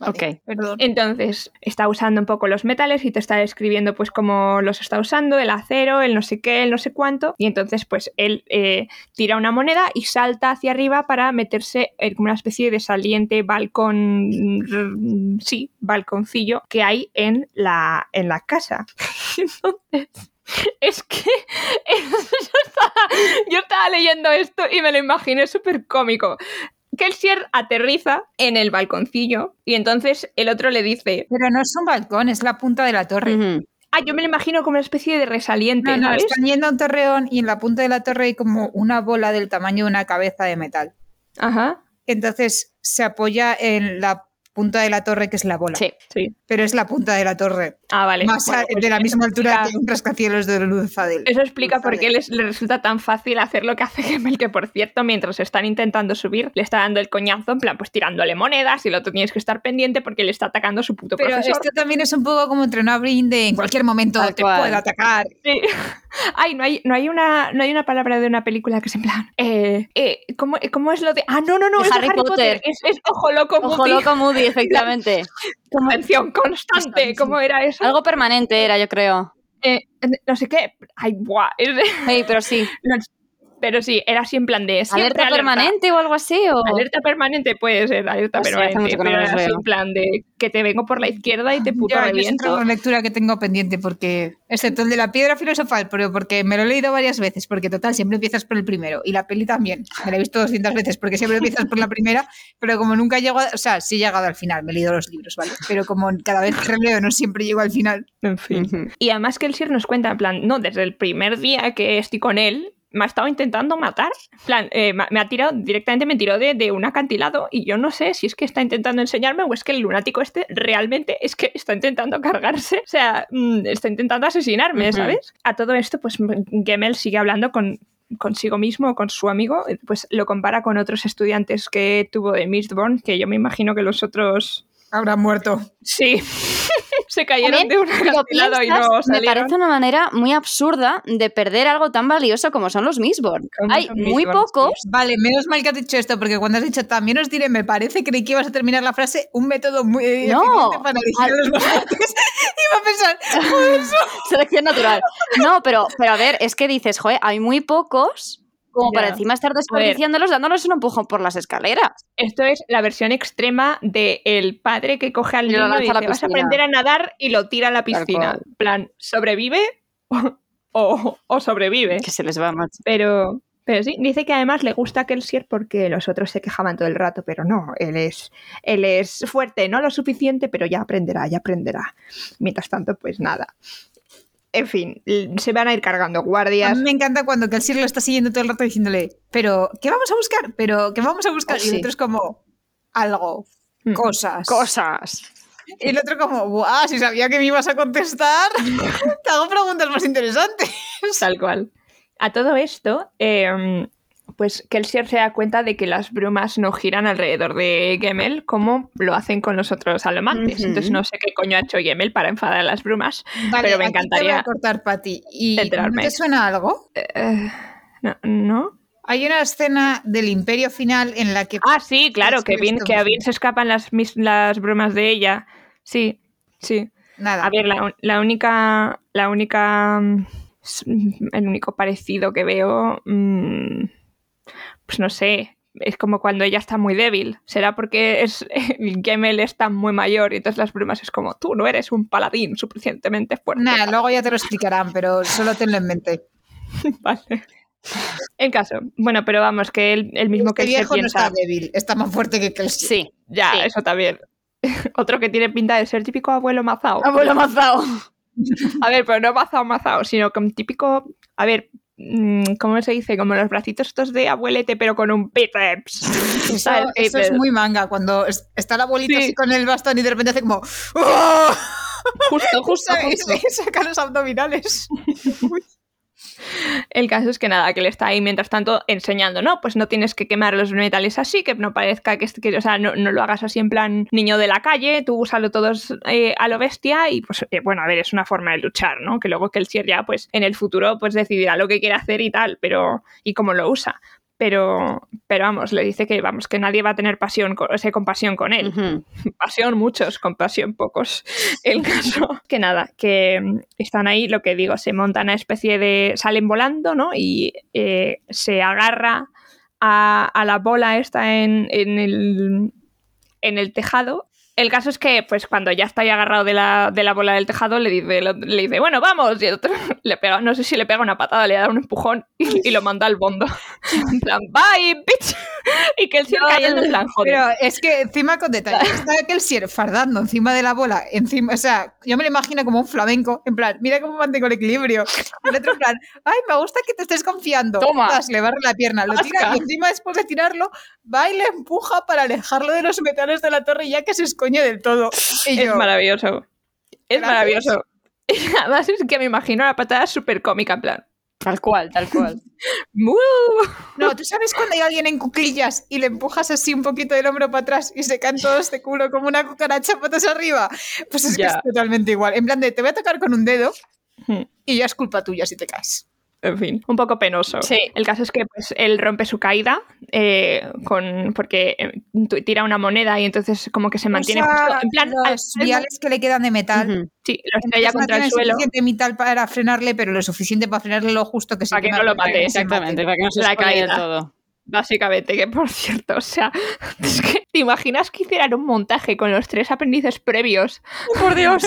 S4: Ok.
S3: Perdón.
S4: Entonces, está usando un poco los metales y te está describiendo pues cómo los está usando, el acero, el no sé qué, el no sé cuánto. Y entonces, pues él eh, tira una moneda y salta hacia arriba para meterse en como una especie de saliente balcón, mm, sí, balconcillo que hay en la, en la casa. [LAUGHS] Entonces... Es que [LAUGHS] yo, estaba, yo estaba leyendo esto y me lo imaginé súper cómico. Kelsier aterriza en el balconcillo y entonces el otro le dice,
S3: Pero no es un balcón, es la punta de la torre.
S2: Ujú.
S4: ah, yo me lo imagino como una especie de resaliente,
S3: No, no,
S4: ¿sabes?
S3: están yendo a un torreón y en la punta de la torre hay como una bola del tamaño de una cabeza de metal.
S4: Ajá,
S3: Entonces se apoya en la punta de la torre, que es la bola.
S2: Sí.
S4: sí.
S3: Pero es la punta de la torre.
S4: Ah, vale.
S3: más
S4: Bueno,
S3: a-
S4: pues
S3: de la
S4: eso
S3: misma altura
S4: explica-
S3: que un rascacielos de Luzadel.
S4: Eso explica por
S3: Luzadel.
S4: qué les, les resulta tan fácil hacer lo que hace Gemel, que por cierto, mientras están intentando subir, le está dando el coñazo, en plan, pues tirándole monedas y el otro tienes que estar pendiente porque le está atacando su puto
S3: Pero
S4: profesor.
S3: esto también es un poco como entrenar a Brin de en cualquier momento
S2: Tal
S3: te
S2: cual.
S3: puede atacar.
S4: Sí. [LAUGHS] Ay, no hay, no hay una, no hay una palabra de una película que es en plan. Eh, eh, ¿cómo, cómo es lo de? Ah, no, no, no,
S2: De
S4: es de
S2: Harry
S4: Harry Potter.
S2: Potter.
S4: Es, es ojo loco,
S2: Ojo
S4: Muti.
S2: loco
S4: [LAUGHS]
S2: Moody, efectivamente.
S4: Mención constante. ¿Cómo era eso?
S2: Algo permanente era, yo creo.
S4: Eh, no sé qué. Ay, buah.
S2: [LAUGHS]
S4: es-
S2: Hey, pero sí.
S4: no, pero sí, era así en plan de. siempre
S2: ¿Alerta permanente o algo así? O...
S4: Alerta permanente puede ser, alerta
S2: No sé, hace
S4: permanente.
S2: mucho que no
S4: Pero
S2: los
S4: era así
S2: veo.
S4: en plan de que te vengo por la
S2: [LAUGHS]
S4: izquierda y te puto
S3: Ya, yo es otra
S4: reviento.
S3: lectura que tengo pendiente porque, excepto el de la piedra filosofal, pero porque me lo he leído varias veces, porque total, siempre empiezas por el primero y la peli también, me la he visto 200 veces porque siempre empiezas por la primera, pero como nunca llego, a- o sea, sí he llegado al final, me he leído los libros, ¿vale? Pero como cada vez que releo no siempre llego al final.
S4: En fin. [LAUGHS]
S2: Ujú.
S4: Y además que el Sir nos cuenta, en plan, no, desde el primer día que estoy con él, me ha estado intentando matar. En plan, eh, ma- me ha tirado, directamente me tiró de, de un acantilado y yo no sé si es que está intentando enseñarme o es que el lunático este realmente es que está intentando cargarse. O sea, mm, está intentando asesinarme,
S2: Ujú.
S4: ¿sabes? A todo esto, pues m- Gemmel sigue hablando con consigo mismo o con su amigo, eh, pues lo compara con otros estudiantes que tuvo de Mistborn, que yo me imagino que los otros...
S3: Habrá muerto.
S4: Sí, [LAUGHS] se cayeron
S2: También,
S4: de un
S2: si lo
S4: acantilado y no
S2: piensas, me
S4: salieron.
S2: parece una manera muy absurda de perder algo tan valioso como son los Mistborn.
S4: Como
S2: Hay
S4: son
S2: muy
S4: Mistborn,
S2: pocos. [LAUGHS]
S3: Vale, menos mal que has dicho esto, porque cuando has dicho también os diré, me parece, creí que ibas a terminar la frase, un método muy eh,
S2: No.
S3: eficiente para elegir a
S4: [LAUGHS]
S2: Al-
S3: los mutantes. [LAUGHS] Iba a pensar,
S2: Selección natural. No, pero, pero a ver, es que dices, joder, hay muy pocos como
S4: Ya.
S2: para encima estar desperdiciándolos dándoles un empujón por las escaleras.
S4: Esto es la versión extrema de el padre que coge al
S2: Y lo
S4: niño y
S2: lanza a la
S4: dice, vas a
S2: piscina".
S4: aprender a nadar y lo tira a la piscina.
S2: cual.
S4: plan, ¿sobrevive o, o sobrevive?
S2: [LAUGHS] Que se les va, macho.
S4: Pero, pero sí, dice que además le gusta a Kelsier porque los otros se quejaban todo el rato, pero no, él es, él es fuerte, no lo suficiente, pero ya aprenderá, ya aprenderá. Mientras tanto, pues nada. En fin, l- se van a ir cargando
S3: A
S4: guardias.
S3: mí me encanta cuando Kelsier lo está siguiendo todo el rato diciéndole, pero ¿qué vamos a buscar? Pero ¿qué vamos a buscar?
S2: Ah,
S3: Y el
S2: sí.
S3: otro es como, algo,
S4: Mm.
S3: cosas.
S2: Cosas.
S3: Y el otro como, ¡buah! Si sabía que me ibas a
S4: [LAUGHS]
S3: contestar, te hago preguntas más interesantes.
S4: Tal cual. A todo esto, eh, pues Kelsier se da cuenta de que las brumas no giran alrededor de Gemmel como lo hacen con los otros alomantes.
S2: Ujú.
S4: Entonces no sé qué coño ha hecho Gemmel para enfadar a las brumas.
S3: Vale,
S4: Pero me
S3: aquí Te voy
S4: encantaría
S3: a cortar, Pati. ¿Y ¿no
S4: centrarme.
S3: te suena algo?
S4: Eh, no, ¿no?
S3: Hay una escena del Imperio Final en la que...
S4: Ah, sí, claro,
S3: Es
S4: que,
S3: que
S4: Vin-
S3: esto
S4: que
S3: me
S4: a Vin
S3: suena.
S4: se escapan las, mis- las brumas de ella. Sí, sí.
S3: nada.
S4: A ver, la, un- la única. La única. mm, s- mm, El único parecido que veo. mm, Pues no sé. Es como cuando ella está muy débil. Será porque es, [LAUGHS] el Gemel está muy mayor y entonces las brumas es como tú no eres un paladín suficientemente fuerte.
S3: Nada, luego ya te lo explicarán, pero solo tenlo en mente.
S4: [LAUGHS] Vale. En caso. Bueno, pero vamos, que él, él mismo
S3: Este
S4: que se
S3: viejo no
S4: piensa.
S3: está débil, está más fuerte que Kelsier.
S2: Sí.
S4: ya,
S2: sí.
S4: eso también. [LAUGHS] Otro que tiene pinta de ser típico abuelo mazao.
S2: Abuelo mazao.
S4: [LAUGHS] A ver, pero no mazao mazao, sino con típico. A ver, mm, ¿cómo se dice? Como los bracitos estos de abuelete, pero con un bíceps.
S3: Eso,
S4: ¿Sabes? Que
S3: eso es
S4: dices,
S3: muy manga, cuando es- está la abuelita
S4: Sí.
S3: así con el bastón y de repente hace como... "¡Oh!".
S4: Justo, justo,
S3: ¿Sabes?
S4: justo.
S3: Y saca los abdominales.
S4: [LAUGHS] El caso es que nada, que le está ahí mientras tanto enseñando, ¿no? Pues no tienes que quemar los metales así, que no parezca que, es- que- o sea, no, no lo hagas así en plan niño de la calle, tú úsalo todos eh, a lo bestia y pues, eh, bueno, a ver, es una forma de luchar, ¿no? Que luego que el Sir ya, pues en el futuro, pues decidirá lo que quiere hacer y tal, pero, y cómo lo usa. Pero, pero vamos, le dice que vamos, que nadie va a tener pasión, con- o sea, compasión con él.
S2: Ujú.
S4: [LAUGHS] Pasión muchos, compasión pocos. El caso que nada, que mm, están ahí, lo que digo, se montan una especie de. salen volando, ¿no? Y eh, se agarra a, a la bola esta en, en el, en el tejado. El caso es que, pues, cuando ya está ahí agarrado de la, de la bola del tejado, le dice, lo- le dice, bueno, vamos. Y el otro [LAUGHS] le pega, no sé si le pega una patada, le da un empujón y, y lo manda al bondo. [LAUGHS] En plan, bye, bitch. [LAUGHS] Y que el cielo cae en plan, joder.
S3: Pero es que encima con
S4: [LAUGHS]
S3: detalle, está aquel cielo fardando encima de la bola, encima, o sea, yo me lo imagino como un flamenco, en plan, mira cómo mantengo el equilibrio. Y el otro en plan, ay, me gusta que te estés confiando.
S5: Toma.
S3: Tas, le barre la pierna, lo tira
S4: Asca.
S3: y encima después de tirarlo, va y le empuja para alejarlo de los metales de la torre ya que se escoñe del todo. Y
S4: Es
S3: yo,
S4: maravilloso. Es
S3: Gracias.
S4: maravilloso. [LAUGHS] Y además es que me imagino la patada súper cómica, en plan.
S2: Tal cual, tal cual.
S4: "Mu".
S3: no, ¿tú sabes cuando hay alguien en cuclillas y le empujas así un poquito del hombro para atrás y se caen todos de culo como una cucaracha patas arriba? Pues es
S4: Ya.
S3: que es totalmente igual. En plan de, te voy a tocar con un dedo
S4: Hmm.
S3: y ya es culpa tuya si te caes.
S4: En fin, un poco penoso.
S5: Sí.
S4: El caso es que pues, él rompe su caída eh, con porque eh, tu- tira una moneda y entonces como que se mantiene
S3: Usa
S4: justo- en plan al-
S3: los viales que le quedan de metal.
S2: Ujú.
S4: sí, lo
S3: Entonces
S4: estrella
S3: no
S4: contra el
S3: tiene
S4: suelo
S3: suficiente metal para frenarle, pero lo suficiente para frenarle lo justo que se
S4: Para que
S3: quema
S4: no lo
S3: el metal.
S4: mate,
S2: Exactamente, para que no se
S4: La
S2: spoile
S4: caída.
S2: todo.
S4: básicamente que por cierto, o sea, [LAUGHS] es que te imaginas que hicieran un montaje con los tres aprendices previos. Por Dios.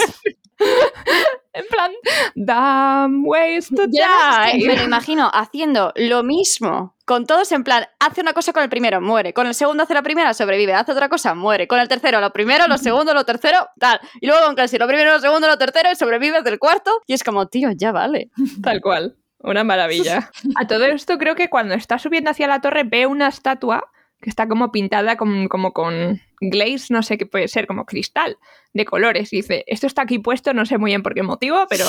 S4: en plan, damn ways to
S2: Yo no sé si
S4: die.
S2: me lo imagino haciendo lo mismo con todos en plan, hace una cosa con el primero, muere, con el segundo hace la primera, sobrevive, hace otra cosa, muere, con el tercero lo primero, lo segundo, lo tercero, tal, y luego con Clancy lo primero, lo segundo, lo tercero, y sobrevive hasta el cuarto, y es como, tío, ya vale.
S4: Tal cual. Una maravilla. [LAUGHS] A todo esto creo que cuando está subiendo hacia la torre ve una estatua que está como pintada con- como con glaze, no sé qué puede ser, como cristal de colores. Y dice, esto está aquí puesto, no sé muy bien por qué motivo, [LAUGHS] pero...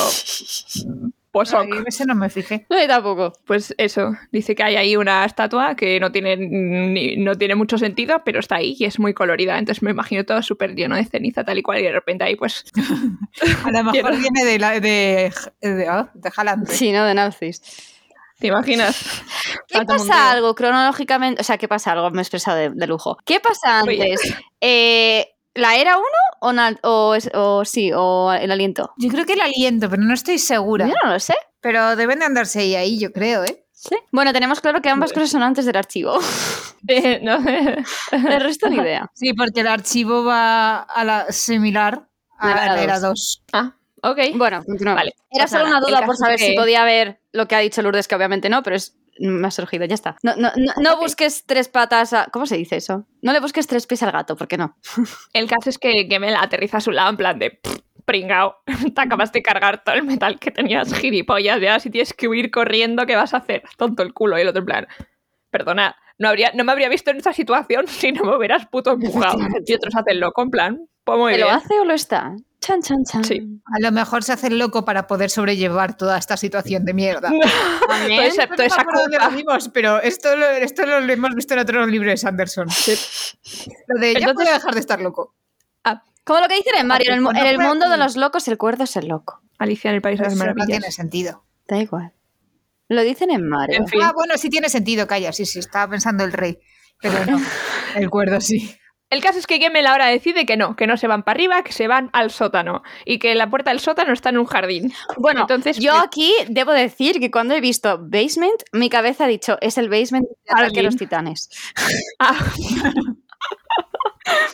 S4: Pues ok.
S3: Ay, ese no me fijé.
S2: No, yo tampoco.
S4: Pues eso, dice que hay ahí una estatua que no tiene, ni- no tiene mucho sentido, pero está ahí y es muy colorida. Entonces me imagino todo súper lleno de ceniza tal y cual y de repente ahí pues...
S3: A
S4: [LAUGHS]
S3: lo mejor
S4: Quiero-
S3: viene de, la, de, de, ah, de Haaland.
S2: Sí, no, de nazis.
S4: ¿Te [LAUGHS] imaginas?
S2: ¿Qué
S4: Tanto
S2: pasa
S4: monteo.
S2: algo cronológicamente? O sea, ¿qué pasa algo? Me he expresado de, de lujo. ¿Qué pasa
S4: Oye.
S2: antes?
S4: [LAUGHS]
S2: Eh, ¿La era 1 o, na- o, es- o sí, o el aliento?
S3: Yo creo que el aliento, pero no estoy segura.
S2: Yo no lo sé.
S3: Pero deben de andarse ahí, ahí, yo creo, ¿eh?
S2: Bueno, tenemos claro que ambas cosas son antes del
S4: [LAUGHS]
S2: archivo.
S4: Eh, no. [LAUGHS]
S2: El resto ni idea. [LAUGHS]
S3: Sí, porque el archivo va a la similar a
S2: De la
S3: la era
S2: dos.
S3: 2.
S4: ah, ok.
S2: Bueno, continuamos.
S4: Vale,
S2: Era
S4: pues
S2: solo
S4: nada,
S2: una
S4: el
S2: duda por
S4: caso
S2: saber
S4: es
S2: si
S4: que-
S2: podía ver lo que ha dicho Lourdes, que obviamente no, pero es me ha surgido, ya está. No, no, no, no busques tres patas a... ¿Cómo se dice eso? No le busques tres pies al gato, porque no.
S4: El caso es que Gemel aterriza a su lado en plan de "Pff, pringao, [LAUGHS] te acabas de cargar todo el metal que tenías, gilipollas, ya si tienes que huir corriendo, ¿qué vas a hacer? Tonto el culo. Y el otro en plan, perdona, no, habría, no me habría visto en esta situación [LAUGHS] si no me hubieras puto empujado. Y otros hacen loco en plan, pues muy
S2: ¿Te ¿Lo
S4: bien.
S2: hace o lo está? Chan, chan, chan.
S4: Sí.
S3: A lo mejor se hace el loco para poder sobrellevar toda esta situación de [LAUGHS] mierda.
S4: Todo excepto
S3: No me
S4: esa
S3: acuerdo dónde
S4: culpa.
S3: lo vimos, pero esto lo, esto lo hemos visto en otros libros de Anderson. Lo de ya
S4: Entonces-
S3: puedo dejar de estar loco.
S2: Como lo que dicen en Mario, en el, mu- en el
S3: Bueno,
S2: mundo de
S3: pues-
S2: los locos el cuerdo es el loco.
S4: Alicia en el País de las
S3: Eso no tiene
S4: Maravillas.
S3: sentido.
S2: Da igual. Lo dicen en Mario.
S4: En fin,
S3: Ah, bueno, sí tiene sentido, calla, sí, sí, estaba pensando el rey. Pero
S2: [LAUGHS]
S3: no, el cuerdo sí.
S4: el caso es que Gemel ahora decide que no, que no se van para arriba, que se van al sótano y que la puerta del sótano está en un jardín.
S2: Bueno,
S4: Entonces,
S2: yo
S4: pues-
S2: aquí debo decir que cuando he visto Basement, mi cabeza ha dicho, es el Basement de Ataque a
S4: Alguien.
S2: los Titanes. [LAUGHS]
S4: Ah,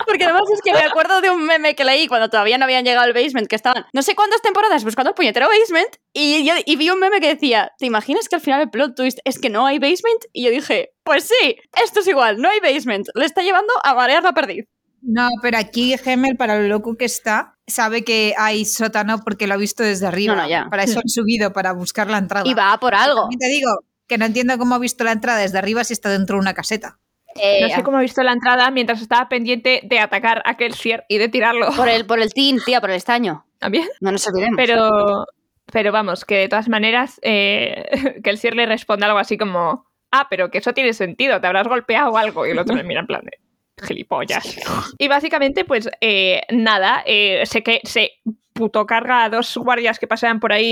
S2: Porque además es que me acuerdo de un meme que leí cuando todavía no habían llegado al basement, que estaban no sé cuántas temporadas buscando el puñetero basement, y, yo, y vi un meme que decía, ¿te imaginas que al final el plot twist es que no hay basement? Y yo dije, pues sí, esto es igual, no hay basement, le está llevando a marear la perdiz.
S3: No, pero aquí Gemel, para lo loco que está, sabe que hay sótano porque lo ha visto desde arriba.
S2: No, no, ya.
S3: Para eso han subido, para buscar la
S4: Ah,
S3: entrada.
S2: Y va a por algo.
S3: También te digo que no entiendo cómo ha visto la entrada desde arriba si está dentro de una caseta.
S2: Eh,
S4: No sé cómo ha visto la entrada mientras estaba pendiente de atacar a Kelsier y de tirarlo [LAUGHS]
S2: por, el, por el tin, tía, por el estaño.
S4: también.
S2: No nos olvidemos.
S4: Pero, pero vamos, que de todas maneras, eh, [LAUGHS] Kelsier le responde algo así como: Ah, pero que eso tiene sentido, te habrás golpeado o algo. Y el otro le mira en plan de gilipollas. Y básicamente, pues eh, nada, eh, se, que, se puto carga a dos guardias que pasaban por ahí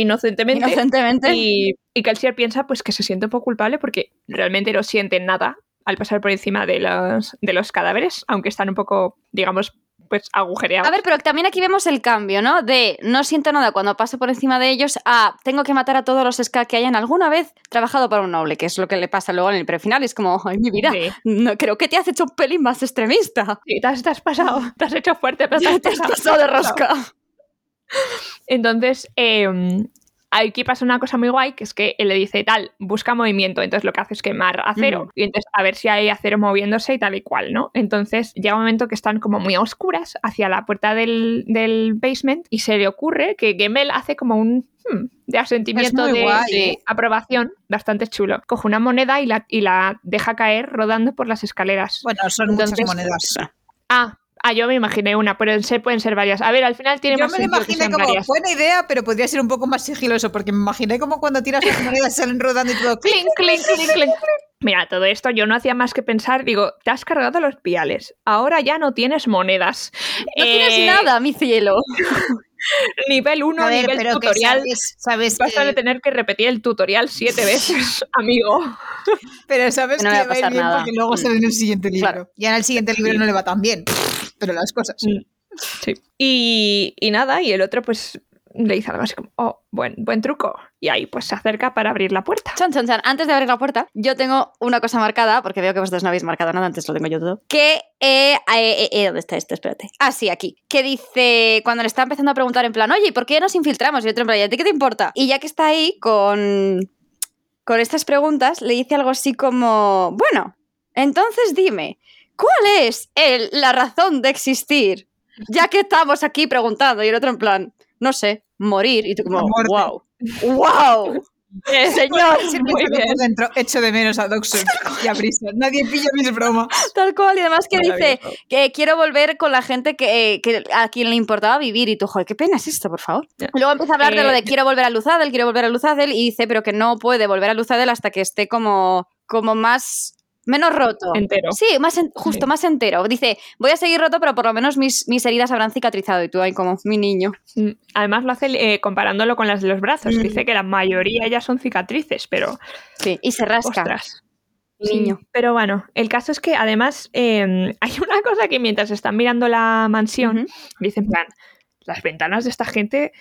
S2: [LAUGHS]
S4: inocentemente.
S2: Inocentemente.
S4: Y, y Kelsier piensa pues que se siente un poco culpable porque realmente no siente nada al pasar por encima de los, de los cadáveres, aunque están un poco, digamos, pues agujereados.
S2: A ver, pero también aquí vemos el cambio, ¿no? De no siento nada cuando paso por encima de ellos a tengo que matar a todos los ska que hayan alguna vez trabajado para un noble, que es lo que le pasa luego en el prefinal. y Es como, ay, mi vida,
S4: Sí.
S2: no, creo que te has hecho un pelín más extremista.
S4: Sí, te, has, te has pasado, te has hecho fuerte, pero te
S2: [LAUGHS]
S4: has
S2: Te has
S4: pasado.
S2: pasado de rosca.
S4: Entonces, eh, aquí pasa una cosa muy guay, que es que él le dice tal, busca movimiento, entonces lo que hace es quemar acero, y entonces a ver si hay acero moviéndose y tal y cual, ¿no? Entonces llega un momento que están como muy a oscuras hacia la puerta del, del basement y se le ocurre que Gemel hace como un... hmm, de asentimiento
S3: Es muy
S4: de,
S3: guay,
S4: de
S3: ¿eh?
S4: aprobación bastante chulo. Coge una moneda y la, y la deja caer rodando por las escaleras.
S3: Bueno, son
S4: Entonces,
S3: muchas monedas.
S4: Ah, ah, yo me imaginé una, pero en ser, pueden ser varias. A ver, al final tiene
S3: Yo
S4: más
S3: me lo
S4: sentido que
S3: imaginé
S4: sean
S3: como
S4: varias.
S3: buena idea, pero podría ser un poco más sigiloso, porque me imaginé como cuando tiras las monedas salen rodando y todo. [LAUGHS]
S4: Clink, clink, clink, clink. Mira, todo esto yo no hacía más que pensar, digo, te has cargado los viales, ahora ya no tienes monedas.
S2: No tienes
S4: Eh,
S2: nada, mi cielo.
S4: Nivel 1,
S3: A ver,
S4: nivel
S3: pero que
S4: tutorial.
S3: sabes, sabes
S4: Vas a
S3: que-
S4: tener que repetir el tutorial siete veces, [LAUGHS] amigo.
S3: pero sabes
S2: que no
S3: que le
S2: me va a
S3: va a ir
S2: pasar
S3: bien
S2: nada.
S3: porque luego
S2: Mm.
S3: sale en el siguiente libro.
S2: Claro.
S3: Ya en el siguiente libro
S4: Sí.
S3: no le va tan bien, pero las
S4: [LAUGHS]
S3: cosas.
S4: Mm. Sí. Y, y nada, y el otro pues le dice algo así como, oh, buen, buen truco. Y ahí pues se acerca para abrir la puerta.
S2: Chan, chan, chan. Antes de abrir la puerta, yo tengo una cosa marcada, porque veo que vosotros no habéis marcado nada, antes lo tengo yo todo. Que. eh, eh, eh, eh, ¿Dónde está esto? Espérate. Ah, sí, aquí. Que dice. Cuando le está empezando a preguntar, en plan, oye, ¿y por qué nos infiltramos? Y otro en plan, ¿y a ti qué te importa? Y ya que está ahí con. Con estas preguntas, le dice algo así como. Bueno, entonces dime, ¿cuál es el- la razón de existir? Ya que estamos aquí preguntando, y el otro en plan, no sé, morir. Y tú como,
S3: La muerte.
S2: wow. ¡Wow!
S4: [LAUGHS]
S2: Señor,
S3: Siempre
S4: Muy
S3: estaba
S4: bien.
S3: por dentro, echo de menos a Doxon y a Brisa. Nadie pilla mis
S4: [LAUGHS]
S3: bromas.
S2: Tal cual, y además que dice
S4: Maravilloso.
S2: que quiero volver con la gente que, eh, que a quien le importaba vivir y tú, joder, qué pena es esto, por favor.
S4: Ya.
S2: Luego empieza a hablar de
S4: Eh,
S2: lo de quiero volver a Luzadel, quiero volver a Luzadel y dice, pero que no puede volver a Luzadel hasta que esté como, como más, menos roto.
S4: Entero.
S2: Sí, más en- justo,
S4: Sí.
S2: más entero. Dice, voy a seguir roto, pero por lo menos mis, mis heridas habrán cicatrizado y tú ahí como, mi niño.
S4: Mm, Además lo hace eh, comparándolo con las de los brazos.
S2: Mm.
S4: Dice que la mayoría ya son cicatrices, pero
S2: Sí, y se rasca.
S4: ostras.
S2: mi
S4: Sí,
S2: niño.
S4: Pero bueno, el caso es que además eh, [LAUGHS] hay una cosa que mientras están mirando la mansión,
S2: Ujú.
S4: dicen, en plan, las ventanas de esta gente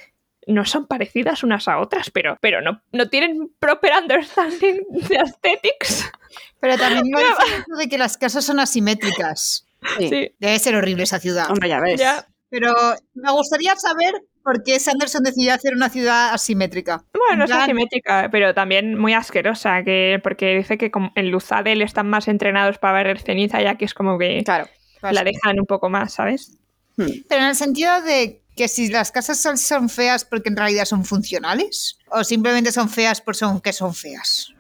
S4: no son parecidas unas a otras, pero, pero no, no tienen proper understanding de aesthetics.
S3: Pero también me dice eso de que las casas son asimétricas.
S2: Sí.
S4: Sí,
S3: Debe ser horrible esa ciudad.
S2: Hombre, ya ves.
S4: ya.
S3: Pero me gustaría saber por qué Sanderson decidió hacer una ciudad asimétrica.
S4: Bueno,
S3: En
S4: es
S3: plan-
S4: asimétrica, pero también muy asquerosa, que, porque dice que como en Luzadel están más entrenados para barrer ceniza, ya que es como que
S2: Claro.
S4: la dejan un poco más, ¿sabes?
S3: Pero en el sentido de que si las casas son- son feas porque en realidad son funcionales o simplemente son feas por son que son feas.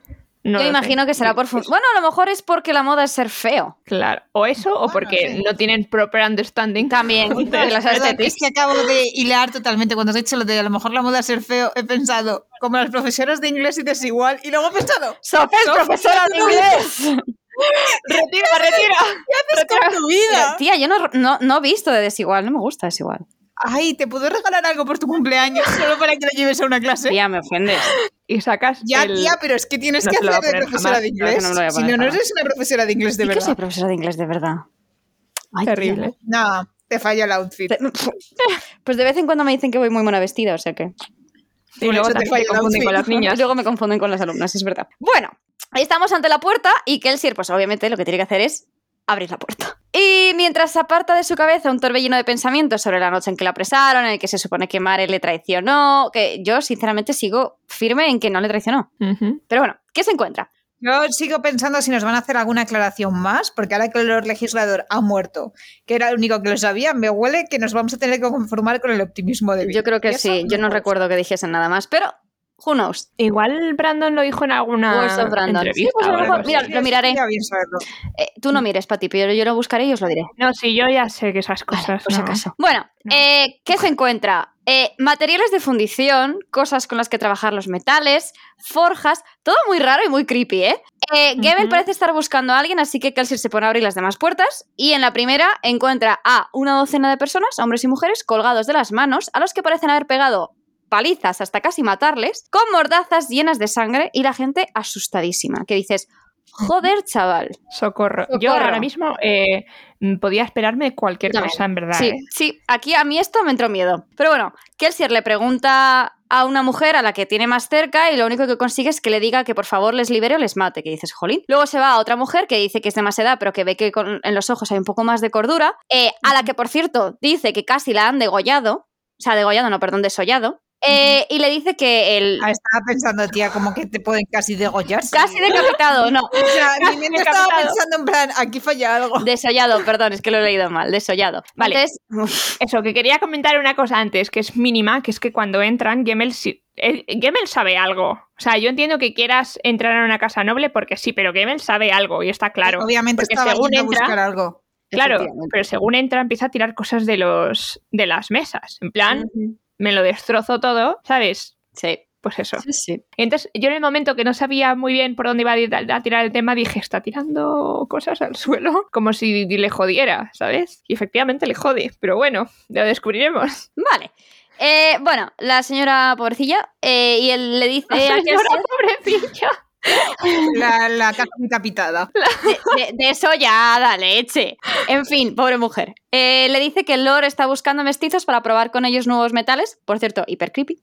S4: No
S2: Yo
S4: lo
S2: imagino
S4: sé.
S2: que será por... fun- Bueno, a lo mejor es porque la moda es ser feo.
S4: Claro, o eso o
S3: Bueno,
S4: porque
S3: sí.
S4: no tienen proper understanding.
S2: También. de las
S3: Perdón,
S2: aesthetics.
S3: es que acabo de hilar totalmente cuando has dicho lo de a lo mejor la moda ser feo, he pensado como las profesoras de inglés y desigual y luego he pensado
S2: Sofía es profesora de inglés.
S4: Retira, retira.
S3: ¿qué haces con tu vida?
S2: Eh, Tía, yo no, no, no he visto de desigual, no me gusta desigual.
S3: Ay, te puedo regalar algo por tu cumpleaños solo para que lo lleves a una clase.
S2: Tía, me ofendes.
S4: Y sacas
S3: Ya,
S4: el-
S3: tía, pero es que tienes
S4: No
S3: que
S4: se lo va a
S3: hacer de
S4: poner
S3: profesora
S4: jamás,
S3: de
S2: claro que
S3: inglés.
S2: no me lo voy a
S3: si
S2: poner
S3: no, no
S2: jamás.
S3: eres una profesora de inglés de
S2: ¿Y que soy
S3: verdad.
S2: profesora de inglés de verdad? Ay,
S4: terrible.
S3: No, te falla el outfit.
S2: tía. [LAUGHS] Pues de vez en cuando me dicen que voy muy mona vestida, o sea que...
S4: Y
S3: Por
S4: luego
S3: eso te
S4: también
S3: falla
S4: te
S3: el
S4: confunden
S3: outfit.
S4: con las niñas.
S3: [LAUGHS]
S2: Y luego me confunden con las alumnas, es verdad. Bueno, estamos ante la puerta y Kelsier, pues obviamente lo que tiene que hacer es abrir la puerta. Y mientras aparta de su cabeza un torbellino de pensamientos sobre la noche en que la apresaron, en el que se supone que Mare le traicionó, que yo sinceramente sigo firme en que no le traicionó.
S4: Ujú.
S2: Pero bueno, ¿qué se encuentra?
S3: Yo sigo pensando si nos van a hacer alguna aclaración más, porque ahora que el Lord legislador ha muerto, que era el único que lo sabía, me huele que nos vamos a tener que conformar con el optimismo de vida.
S2: Yo creo
S3: Y
S2: que
S3: eso
S2: sí, yo no
S3: puede
S2: recuerdo que dijesen nada más, pero who knows.
S4: Igual Brandon lo dijo en alguna
S2: Words of Brandon.
S4: entrevista.
S2: Sí, pues a lo
S4: o algo
S2: mejor-
S4: así.
S2: mira,
S3: ser.
S2: lo miraré.
S3: Sería bien saberlo.
S2: Eh, tú
S3: Mm.
S2: no mires, Pati, pero yo lo buscaré y os lo diré.
S4: No, sí, yo ya sé que esas cosas.
S2: Vale, por si
S4: no.
S2: acaso. Bueno,
S4: No.
S2: eh, ¿qué se encuentra? Eh, materiales de fundición, cosas con las que trabajar los metales, forjas, todo muy raro y muy creepy, ¿eh? Eh, Gebel
S4: Ujú.
S2: parece estar buscando a alguien, así que Kelsey se pone a abrir las demás puertas y en la primera encuentra a una docena de personas, hombres y mujeres, colgados de las manos, a los que parecen haber pegado palizas hasta casi matarles, con mordazas llenas de sangre y la gente asustadísima, que dices, joder, chaval.
S4: Socorro. Yo
S2: Socorro.
S4: ahora mismo eh, mm, podía esperarme cualquier
S2: También.
S4: cosa, en verdad.
S2: Sí,
S4: ¿eh?
S2: sí, aquí a mí esto me entró miedo. Pero bueno, Kelsier le pregunta a una mujer a la que tiene más cerca y lo único que consigue es que le diga que por favor les libere o les mate, que dices, jolín. Luego se va a otra mujer que dice que es de más edad, pero que ve que con- en los ojos hay un poco más de cordura, eh, a la que por cierto dice que casi la han degollado, o sea, degollado, no, perdón, desollado, eh, y le dice que el...
S3: Ah, estaba pensando, tía, como que te pueden casi degollar.
S2: Casi decapitado, [LAUGHS] no,
S3: O sea, mi mente estaba
S2: decapitado.
S3: pensando en plan, aquí falla algo.
S2: desollado, perdón, es que lo he leído mal, desollado. Vale.
S4: Vale.
S2: Entonces,
S4: Eso, que quería comentar una cosa antes, que es mínima, que es que cuando entran, Gemmel, sí- eh, Gemmel sabe algo. O sea, yo entiendo que quieras entrar a una casa noble porque sí, pero Gemmel sabe algo y está claro.
S3: Obviamente
S4: porque
S3: estaba
S4: según
S3: yendo
S4: entra-
S3: a buscar algo.
S4: Claro,
S2: Efectivamente.
S4: pero según entra empieza a tirar cosas de los de las mesas. En plan, me lo destrozo todo, ¿sabes?
S2: sí,
S4: Pues eso.
S2: sí, sí.
S4: Y entonces, yo en el momento que no sabía muy bien por dónde iba a ir- a tirar el tema, dije, está tirando cosas al suelo, [LAUGHS] como si le jodiera, ¿sabes? Y efectivamente le jode, pero bueno, lo descubriremos.
S2: Vale. Eh, bueno, la señora pobrecilla eh, y él le dice
S4: [LAUGHS]
S2: a
S4: Señora,
S2: Kelsier
S4: pobrecilla.
S3: La, la casa encapitada.
S2: de, de eso ya da leche. En fin, pobre mujer. Eh, le dice que Lore está buscando mestizos para probar con ellos nuevos metales, por cierto, hiper creepy.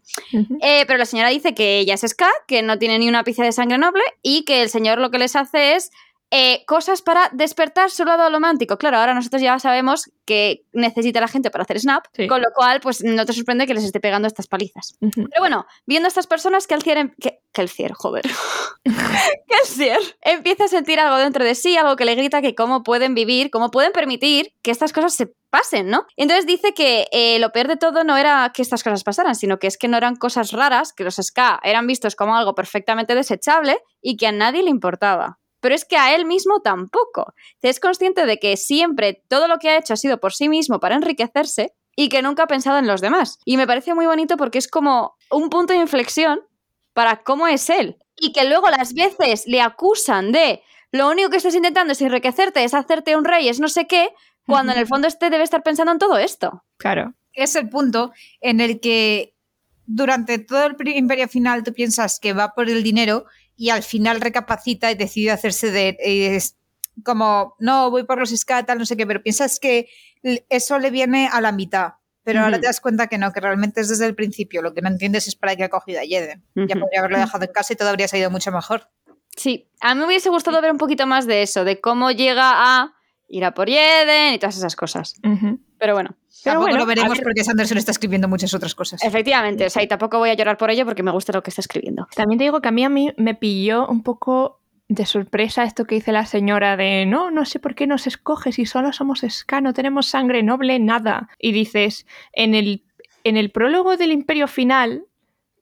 S2: Eh, pero la señora dice que ella es ska, que no tiene ni una pizca de sangre noble y que el señor lo que les hace es eh, cosas para despertar su lado romántico. Claro, ahora nosotros ya sabemos que necesita la gente para hacer snap,
S4: Sí.
S2: con lo cual pues no te sorprende que les esté pegando estas palizas.
S4: Ujú.
S2: Pero bueno, viendo a estas personas, que el cier, em- que, que el cier, joder. que el cier empieza a sentir algo dentro de sí, algo que le grita que cómo pueden vivir, cómo pueden permitir que estas cosas se pasen, ¿no? Entonces dice que eh, lo peor de todo no era que estas cosas pasaran, sino que es que no eran cosas raras, que los ska eran vistos como algo perfectamente desechable y que a nadie le importaba. Pero es que a él mismo tampoco. Es consciente de que siempre todo lo que ha hecho ha sido por sí mismo para enriquecerse y que nunca ha pensado en los demás. Y me parece muy bonito porque es como un punto de inflexión para cómo es él. Y que luego las veces le acusan de lo único que estás intentando es enriquecerte, es hacerte un rey, es no sé qué, cuando en el fondo este debe estar pensando en todo esto.
S4: Claro.
S3: Es el punto en el que durante todo el pri- imperio final tú piensas que va por el dinero y al final recapacita y decide hacerse de... es como, no, voy por los escatas, no sé qué, pero piensas que l- eso le viene a la mitad. Pero ahora
S2: Ujú.
S3: te das cuenta que no, que realmente es desde el principio. Lo que no entiendes es para qué ha cogido a Jeden. Ya podría haberlo dejado en casa y todo habría salido mucho mejor.
S2: pues, Sí, a mí me hubiese gustado ver un poquito más de eso, de cómo llega a ir a por Jeden y todas esas cosas.
S4: Ujú.
S2: Pero bueno,
S4: Pero
S3: Tampoco
S4: bueno,
S3: lo veremos
S4: a ver,
S3: porque Sanderson está escribiendo muchas otras cosas.
S2: efectivamente, o sea, y tampoco voy a llorar por ello porque me gusta lo que está escribiendo.
S4: También te digo que a mí, a mí me pilló un poco de sorpresa esto que dice la señora de no, no sé por qué nos escoge si solo somos ska, no tenemos sangre noble, nada. Y dices, en el, en el prólogo del Imperio Final,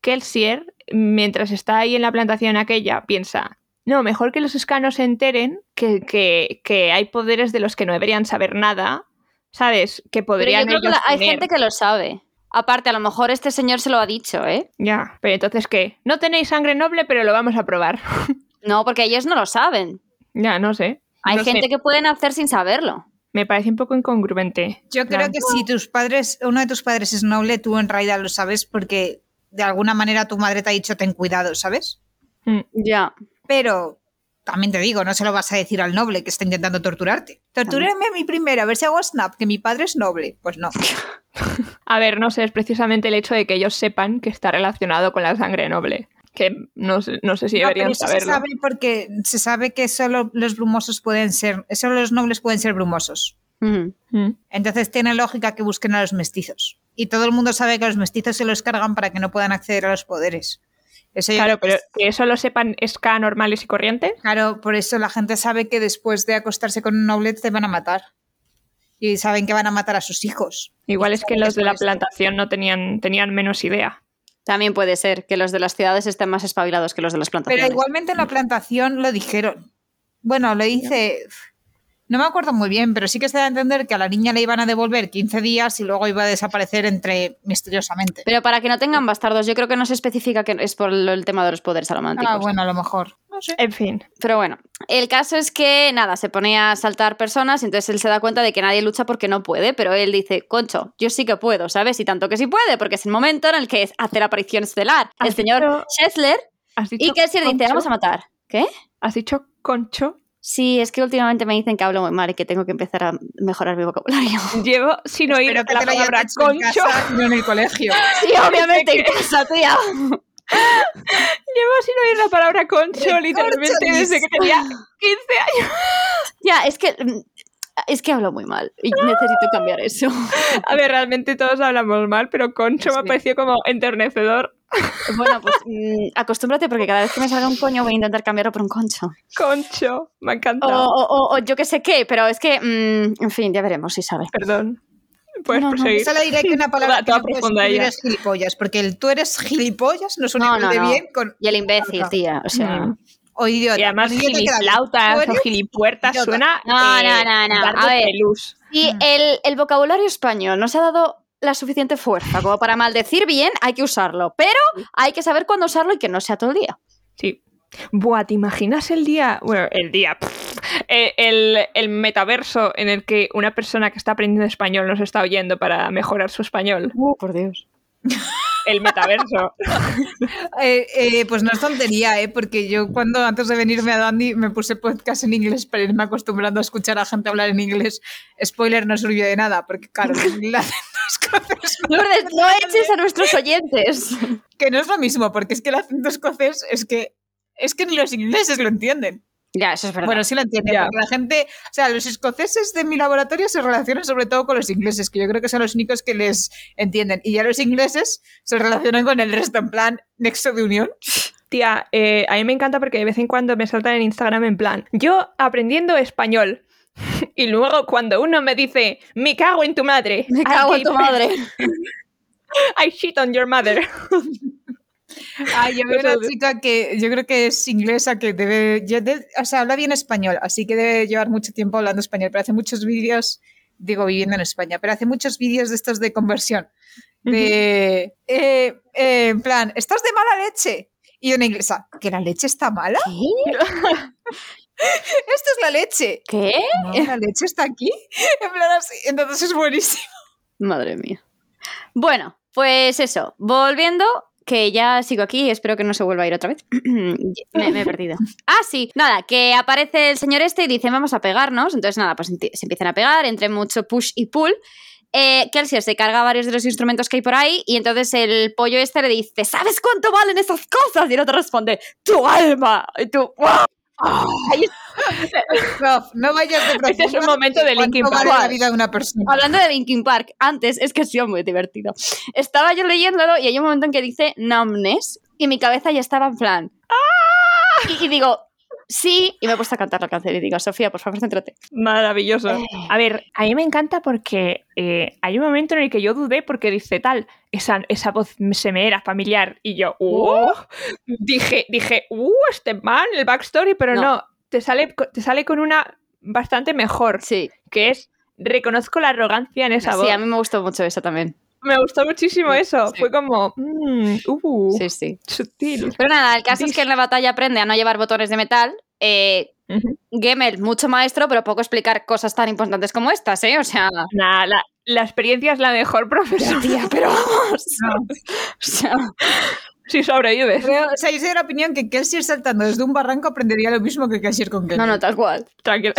S4: Kelsier, mientras está ahí en la plantación aquella, piensa, no, mejor que los escanos se enteren que, que, que hay poderes de los que no deberían saber nada, ¿sabes?
S2: Pero
S4: Que
S2: yo
S4: podrían
S2: creo que
S4: ellos
S2: la- hay
S4: tener".
S2: gente que lo sabe. Aparte, a lo mejor este señor se lo ha dicho, ¿eh?
S4: Ya, pero entonces, ¿qué? No tenéis sangre noble, pero lo vamos a probar. [LAUGHS]
S2: No, porque ellos no lo saben.
S4: ya, no sé.
S2: Hay
S4: No sé.
S2: gente que pueden hacer sin saberlo.
S4: Me parece un poco incongruente.
S3: Yo creo
S4: Claro.
S3: que si tus padres, uno de tus padres es noble, tú en realidad lo sabes porque de alguna manera tu madre te ha dicho ten cuidado, ¿sabes?
S4: Mm,
S2: Ya.
S3: Pero también te digo, no se lo vas a decir al noble que está intentando torturarte. Tortúrame a mi primero, a ver si hago snap, que mi padre es noble. Pues
S4: [LAUGHS]
S3: no.
S4: A ver, no sé, es precisamente el hecho de que ellos sepan que está relacionado con la sangre noble. Que no sé, no sé si
S3: No,
S4: deberían
S3: Ah, pero eso se
S4: saberlo.
S3: sabe porque se sabe que solo los brumosos pueden ser, solo los nobles pueden ser brumosos.
S2: Ujú.
S4: Mm.
S3: Entonces tiene lógica que busquen a los mestizos. Y todo el mundo sabe que los mestizos se los cargan para que no puedan acceder a los poderes. Eso yo
S4: Claro,
S3: creo que
S4: pero que eso lo sepan ska normales y corrientes.
S3: Claro, por Eh, pues, eso la gente sabe que después de acostarse con un noble te van a matar. Y saben que van a matar a sus hijos.
S4: Igual
S3: Y
S4: es que
S3: saben
S4: los de la
S3: después-
S4: plantación no tenían, tenían menos idea.
S2: También puede ser que los de las ciudades estén más espabilados que los de las plantaciones.
S3: Pero igualmente en la plantación lo dijeron. Bueno, lo dice... No me acuerdo muy bien, pero sí que se da a entender que a la niña le iban a devolver 15 días y luego iba a desaparecer entre misteriosamente. Ah,
S2: Pero para que no tengan bastardos, yo creo que no se especifica que es por lo- el tema de los poderes alománticos.
S3: Ah, bueno, a lo mejor. no sé.
S4: En fin.
S2: Pero bueno, el caso es que nada, se pone a saltar personas y entonces él se da cuenta de que nadie lucha porque no puede, pero él dice, concho, yo sí que puedo, ¿sabes? Y tanto que sí puede, porque es el momento en el que hace la aparición estelar el
S4: ¿Has
S2: señor
S4: visto-
S2: Schessler
S4: ¿Has dicho
S2: y Kessler dice,
S4: concho?
S2: vamos a matar. ¿Qué?
S4: ¿Has dicho concho?
S2: Sí, es que últimamente me dicen que hablo muy mal y que tengo que empezar a mejorar mi vocabulario. [LAUGHS]
S4: Llevo sin oír
S3: Espero que
S4: la
S3: te lo hayan
S4: palabra
S3: hecho en
S4: concho.
S3: casa y no en el colegio.
S2: Sí, obviamente en casa, tía.
S4: [LAUGHS] Llevo sin oír la palabra concho literalmente desde que tenía 15 años.
S2: Ya, es que... mm, Es que hablo muy mal y necesito cambiar eso.
S4: A ver, realmente todos hablamos mal, pero concho me ha
S2: Sí.
S4: parecido como enternecedor.
S2: [LAUGHS] Bueno, pues mm, acostúmbrate porque cada vez que me salga un coño voy a intentar cambiarlo por un concho.
S4: Concho, me ha
S2: O,
S4: encantado.
S2: o- o- o yo qué sé qué, pero es que, mm, en fin, ya veremos si sabe.
S4: Perdón. Puedes
S2: No, no,
S4: proseguir.
S3: Solo diré que una palabra
S4: Toda- toda
S3: que no puedes
S4: profunda
S3: escribir
S4: ella.
S3: es gilipollas, porque el tú eres gilipollas no suena
S2: No,
S3: igual
S2: no,
S3: de
S2: no.
S3: bien con
S2: Y el imbécil,
S3: Claro.
S2: tía, o sea...
S4: Mm.
S3: o idiota.
S4: Y además
S3: El idiota queda bien. Tú
S4: giliplautas o
S3: eres
S4: gilipuertas
S3: idiota.
S4: suena
S2: No,
S4: eh,
S2: no, no, no,
S4: dardo
S2: a ver.
S4: pelús.
S2: Si el, el vocabulario español no se ha dado la suficiente fuerza como para maldecir bien, hay que usarlo, pero hay que saber cuándo usarlo y que no sea todo el día.
S4: Sí. Buah, ¿te imaginas el día? Bueno, el día. pff, eh, el, el metaverso en el que una persona que está aprendiendo español nos está oyendo para mejorar su español.
S2: por Dios. [LAUGHS]
S4: El metaverso.
S3: Eh, eh, pues no es tontería, ¿eh? porque yo cuando antes de venirme a Dandy me puse podcast en inglés para irme acostumbrando a escuchar a gente hablar en inglés. Spoiler, no sirvió de nada, porque claro, el acento escocés no-
S2: Lourdes, no eches a nuestros oyentes.
S3: que no es lo mismo, porque es que el acento escocés es que, es que ni los ingleses lo entienden.
S2: ya, eso es verdad.
S3: Bueno, sí lo entienden,
S4: Ya.
S3: porque la gente, o sea, los escoceses de mi laboratorio se relacionan sobre todo con los ingleses, que yo creo que son los únicos que les entienden. Y ya los ingleses se relacionan con el resto, en plan, nexo de unión.
S4: Tía, eh, a mí me encanta porque de vez en cuando me saltan en Instagram en plan, yo aprendiendo español. [LAUGHS] Y luego cuando uno me dice, me cago en tu madre.
S2: Me
S4: I
S2: cago en
S4: gave
S2: tu madre.
S4: I shit on your [LAUGHS] mother.
S3: Ay,
S4: [LAUGHS]
S3: yo veo una
S4: Entonces-
S3: chica que yo creo que es inglesa, que debe, ya de- o sea, habla bien español, así que debe llevar mucho tiempo hablando español, pero hace muchos vídeos, digo, viviendo en España, pero hace muchos vídeos de estos de conversión, de, eh, eh, en plan, estás de mala leche. Y una inglesa, ¿que la leche está mala? [LAUGHS] Esta es la leche.
S2: ¿Qué?
S3: No, la leche está aquí. [LAUGHS] En plan así. Entonces es buenísimo. [LAUGHS]
S2: Madre mía. Bueno, pues eso, volviendo, que ya sigo aquí, espero que no se vuelva a ir otra vez. [CLEARS THROAT] me, me he perdido. Ah, sí, nada, que aparece el señor este y dice, vamos a pegarnos. Entonces, nada, pues enti- se empiezan a pegar, entre mucho push y pull. Eh, Kelsier se carga varios de los instrumentos que hay por ahí y entonces el pollo este le dice, ¿sabes cuánto valen esas cosas? Y el otro responde, ¡tu alma! Y tú, ¡guau! Ahí
S3: Prof, no vayas de
S4: Este es un
S3: profunda,
S4: momento de
S3: ¿cuánto
S4: Linkin Park.
S3: vale la vida de una persona.
S2: Hablando de Linkin Park, antes es que ha sido muy divertido. Estaba yo leyéndolo y hay un momento en que dice numbness y mi cabeza ya estaba en plan. ¡Ah! Y, y digo, sí, y me he puesto a cantar la canción y digo, Sofía, por favor, céntrate.
S4: Maravilloso.
S2: Eh.
S4: A ver, a mí me encanta porque eh, hay un momento en el que yo dudé porque dice tal, esa, esa voz se me era familiar y yo, "Oh". dije, dije, uh, este man, el backstory, pero
S2: No.
S4: no, te, sale, co- te sale con una bastante mejor,
S2: Sí,
S4: que es, reconozco la arrogancia en esa voz.
S2: sí, a mí me gustó mucho eso también.
S4: Me gustó muchísimo eso,
S2: sí.
S4: fue como, "Mm, uh,
S2: Sí, sí.
S4: sutil.
S2: Pero nada, el caso es que en la batalla aprende a no llevar botones de metal. Eh,
S4: Ujú.
S2: Gemel, mucho maestro, pero poco explicar cosas tan importantes como estas, ¿eh? O sea,
S4: Nah, la, la experiencia es la mejor, [LAUGHS] profesor,
S2: tía, [LAUGHS] pero vamos.
S3: No.
S2: O sea,
S4: si sobrevives.
S3: Creo- o sea, yo soy de la opinión que Kelsier saltando desde un barranco aprendería lo mismo que Kelsier con Kelsier.
S2: no, no, tal cual.
S4: Tranquila.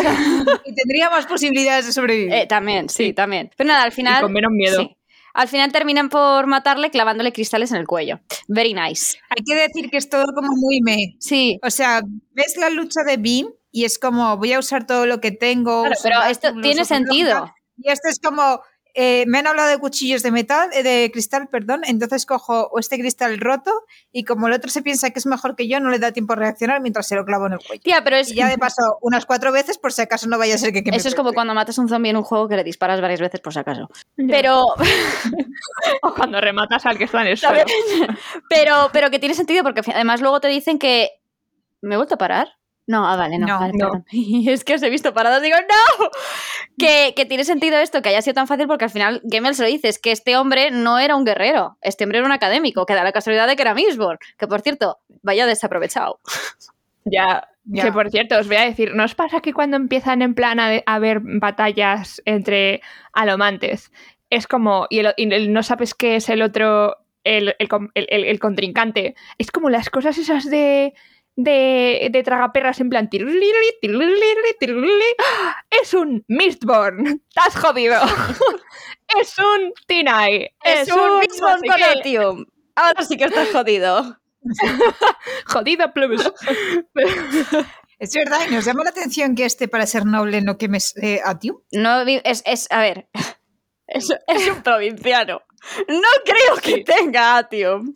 S3: Y tendría más posibilidades de sobrevivir.
S2: Eh, también, sí, también. Pero nada, al final.
S4: con menos
S2: [LAUGHS]
S4: miedo.
S2: sí. Al final terminan por matarle clavándole cristales en el cuello. Very nice.
S3: Hay que decir que es todo como muy me.
S2: Sí.
S3: O sea, ves la lucha de Beam y es como voy a usar todo lo que tengo.
S2: Claro,
S3: uso
S2: pero esto
S3: báculos,
S2: tiene
S3: uso blanca.
S2: sentido.
S3: Y esto es como, eh, me han hablado de cuchillos de metal, eh, de cristal, perdón, entonces cojo este cristal roto y como el otro se piensa que es mejor que yo, no le da tiempo a reaccionar mientras se lo clavo en el cuello.
S2: Tía, pero es,
S3: Y ya de paso, unas cuatro veces por si acaso no vaya a ser que... que me
S2: eso es como
S3: corte.
S2: cuando matas un zombie en un juego que le disparas varias veces por si acaso.
S4: Pero [LAUGHS]
S2: Pero,
S4: o cuando rematas al que está en el suelo.
S2: ¿sabes? pero, pero que tiene sentido porque además luego te dicen que. ¿Me he vuelto a parar? No, ah, vale, no.
S3: No,
S2: vale,
S4: no.
S2: perdón. [LAUGHS] Es que os he visto parados, digo, ¡no! Que, que tiene sentido esto, que haya sido tan fácil, porque al final Gemmel se lo dice, es que este hombre no era un guerrero, este hombre era un académico, que da la casualidad de que era Misborn, que por cierto, vaya desaprovechado.
S4: Ya,
S3: Ya.
S4: Que por cierto, os voy a decir, ¿no os pasa que cuando empiezan en plan a, de- a ver batallas entre alomantes, es como, y, el- y el- no sabes qué es el otro, el, el com- el- el- el contrincante? Es como las cosas esas de, de, de tragaperras en plan, tiruliri, tiruliri, tiruliri. ¡Ah! es un Mistborn, [LAUGHS] estás jodido. es un Tinai,
S2: Es, un mismo
S4: no sé qué.
S2: Conotium. Ahora sí que estás jodido.
S4: jodido plus.
S3: Es verdad, y nos llama la atención que este para ser noble no quemes eh, Atium.
S2: No, vi- es, es- a ver, es, es un provinciano. No creo que tenga Atium.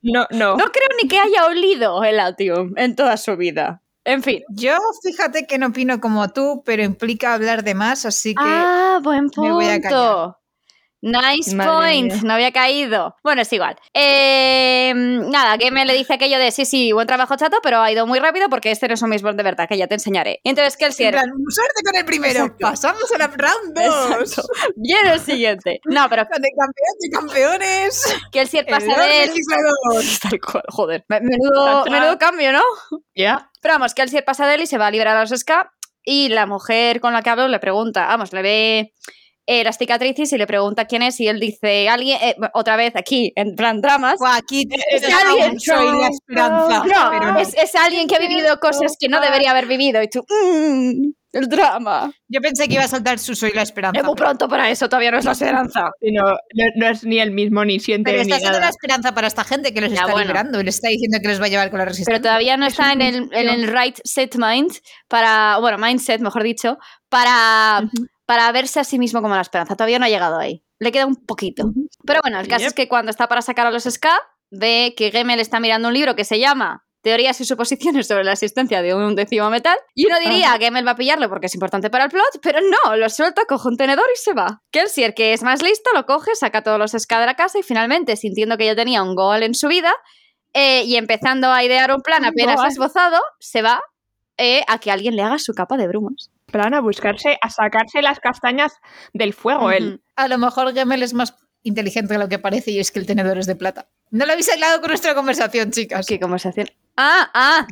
S4: No, no.
S2: No creo ni que haya olido el Atium en toda su vida. En fin.
S3: Yo fíjate que no opino como tú, pero implica hablar de más, así que
S2: Ah, buen
S3: me voy a
S2: punto. Nice
S4: Madre
S2: point,
S4: mía.
S2: no había caído. Bueno, es igual. Eh, nada, que me le dice aquello de sí, sí, buen trabajo chato, pero ha ido muy rápido porque este no es un mismo de verdad, que ya te enseñaré. Y entonces
S3: En
S2: Kelsier,
S3: plan, suerte con el primero.
S2: Exacto.
S3: Pasamos a la round 2.
S2: Exacto. viene el siguiente. No, pero
S3: Con el campeón de campeones.
S2: Kelsier
S3: El
S2: pasa de
S3: Lord
S2: él.
S3: legislador.
S2: [LAUGHS] Tal cual, joder. Me- Menudo,
S4: Tal cual.
S2: menudo cambio, ¿no?
S4: Ya.
S2: Pero vamos, que Alcier pasa de él y se va a liberar a los Ska. Y la mujer con la que hablo le pregunta, vamos, le ve eh, las cicatrices y le pregunta quién es. Y él dice, alguien, eh, otra vez aquí, en plan dramas.
S3: Buah, aquí
S2: Es
S3: tenemos a
S2: alguien.
S3: un Soy la esperanza.
S2: eh, No,
S3: pero no.
S2: Es, es alguien que ha vivido cosas que no debería haber vivido. Y tú, "Mm, el drama.
S3: Yo pensé que iba a saltar su Soy la esperanza.
S2: Es muy
S3: pero-
S2: pronto para eso, todavía no es la esperanza.
S4: Sí, no, no, no es ni el mismo, ni siente
S3: Pero
S4: ni
S3: está siendo
S4: nada.
S3: la esperanza para esta gente que los
S2: Ya,
S3: está
S2: bueno.
S3: liberando y les está diciendo que los va a llevar con la resistencia.
S2: Pero todavía no está en el, en el right set mind para, bueno, mindset, mejor dicho, para, para verse a sí mismo como la esperanza. Todavía no ha llegado ahí. Le queda un poquito. Pero bueno, el caso
S4: Yep.
S2: es que cuando está para sacar a los SK, ve que Gemel está mirando un libro que se llama Teorías y suposiciones sobre la existencia de un décimo metal. Y uno diría, Gemel va a pillarlo porque es importante para el plot, pero no, lo suelta, coge un tenedor y se va. Kelsier, que es más listo, lo coge, saca todos los SK de la casa y finalmente, sintiendo que ya tenía un gol en su vida, eh, y empezando a idear un plan apenas
S4: goal.
S2: esbozado, se va eh, a que alguien le haga su capa de brumas.
S4: plan a buscarse, a sacarse las castañas del fuego él.
S3: A lo mejor Gemel es más inteligente de lo que parece y es que el tenedor es de plata. No lo habéis aislado con nuestra conversación, chicas.
S2: ¿Qué conversación? Ah,
S4: [LAUGHS]
S2: ah.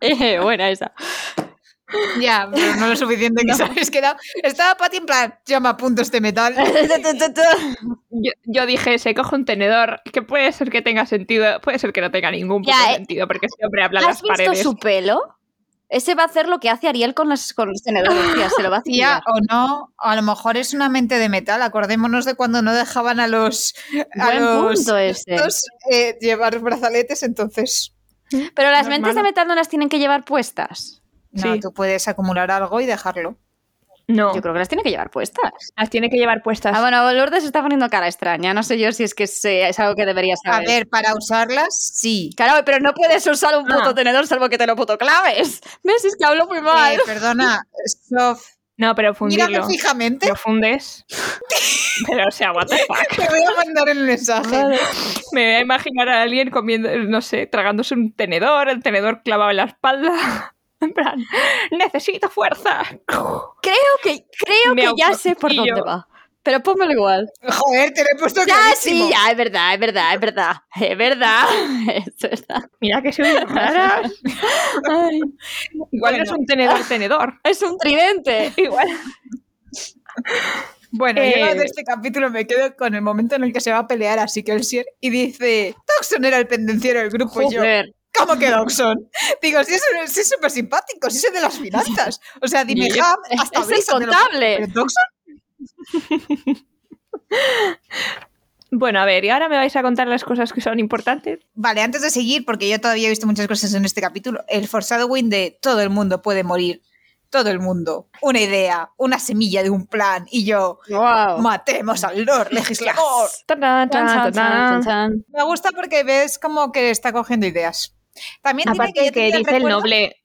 S2: Eh, Buena esa.
S3: Ya, pero [LAUGHS] no lo suficiente que os habéis quedado. Estaba Pati en plan, yo me apunto este [LAUGHS] metal.
S4: Yo, yo dije, se coge un tenedor, que puede ser que tenga sentido, puede ser que no tenga ningún
S2: Ya,
S4: puto
S2: eh,
S4: sentido, porque siempre habla a
S2: ¿Has
S4: las
S2: visto
S4: paredes.
S2: su pelo? Ese va a hacer lo que hace Ariel con, las, con los tenedores, tía, se lo va a hacer.
S3: Ya, o no, a lo mejor es una mente de metal. Acordémonos de cuando no dejaban a los, a
S2: Buen
S3: los
S2: punto ese.
S3: estos, eh, llevar brazaletes, entonces
S2: Pero las
S4: No es
S2: mentes de
S4: malo.
S2: metal no las tienen que llevar puestas.
S3: no,
S4: Sí.
S3: tú puedes acumular algo y dejarlo.
S4: No,
S2: Yo creo que las tiene que llevar puestas.
S4: las tiene que llevar puestas.
S2: Ah, bueno, Lourdes se está poniendo cara extraña. No sé yo si es que se- es algo que debería
S3: A
S2: saber.
S3: ver, para usarlas, sí.
S2: Claro, pero no puedes usar un puto
S4: Ah.
S2: tenedor salvo que te lo puto claves. ¿Ves? Es que hablo muy
S3: Eh,
S2: mal.
S3: [LAUGHS] perdona, Sof,
S4: no, pero fundirlo.
S3: mírame fijamente.
S2: [LAUGHS]
S4: Lo fundes. Pero, o sea, what the fuck.
S3: Te voy a mandar el mensaje.
S4: Me voy a imaginar a alguien comiendo, no sé, tragándose un tenedor, el tenedor clavado en la espalda. [LAUGHS] En plan, necesito fuerza. [LAUGHS]
S2: Creo que, creo
S4: Me
S2: que ya
S4: auto-
S2: sé por
S4: y
S2: dónde
S4: yo.
S2: va. Pero pónmelo igual.
S3: Joder, te lo he puesto
S2: Ya,
S3: clarísimo.
S2: sí, ya, es verdad, es verdad, es verdad. Es verdad, [LAUGHS] es verdad.
S4: Mira que soy rara.
S2: Ay,
S4: Igual no
S3: Bueno.
S4: es un tenedor, tenedor.
S2: es un tridente.
S4: Igual.
S3: Bueno, yo
S4: Eh.
S3: de este capítulo me quedo con el momento en el que se va a pelear a Sikelsier y dice, Doxon era el pendenciero del grupo y Pues yo.
S2: Joder.
S3: ¿Cómo que Doxon? Digo, si es si es súper simpático, si es el de las finanzas. O sea, dime,
S4: Yo-
S3: Ham,
S2: eh, Es
S3: hasta
S2: el
S3: Brisa te lo-
S2: contable.
S3: ¿Pero Doxon?
S4: Bueno, a ver, y ahora me vais a contar las cosas que son importantes.
S3: Vale, antes de seguir, porque yo todavía he visto muchas cosas en este capítulo, el forzado win de todo el mundo puede morir. Todo el mundo. Una idea, una semilla de un plan. Y yo,
S2: Wow.
S3: matemos al
S2: [LAUGHS]
S3: Lord Legislador.
S4: Tarán, tarán, tarán.
S3: Me gusta porque ves como que está cogiendo ideas. También tiene
S4: Aparte
S3: yo
S4: que
S3: tenía el
S4: dice el
S3: recuerdo-
S4: noble.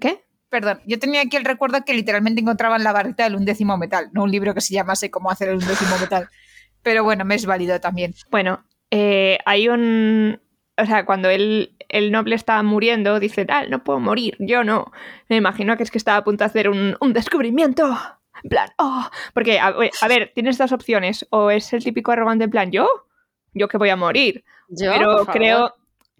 S4: ¿Qué?
S3: Perdón, yo tenía aquí el recuerdo que literalmente encontraban la barrita del undécimo metal, no un libro que se llamase Cómo hacer el undécimo metal. Pero bueno, me es válido también.
S4: Bueno, eh, hay un. O sea, cuando él, el noble está muriendo, dice, tal, no puedo morir, yo no. Me imagino que es que estaba a punto de hacer un, un descubrimiento. En plan, oh. Porque, a, a ver, tienes dos opciones. O es el típico arrogante en plan, yo, yo que voy a morir.
S2: Yo,
S4: pero
S2: por favor.
S4: creo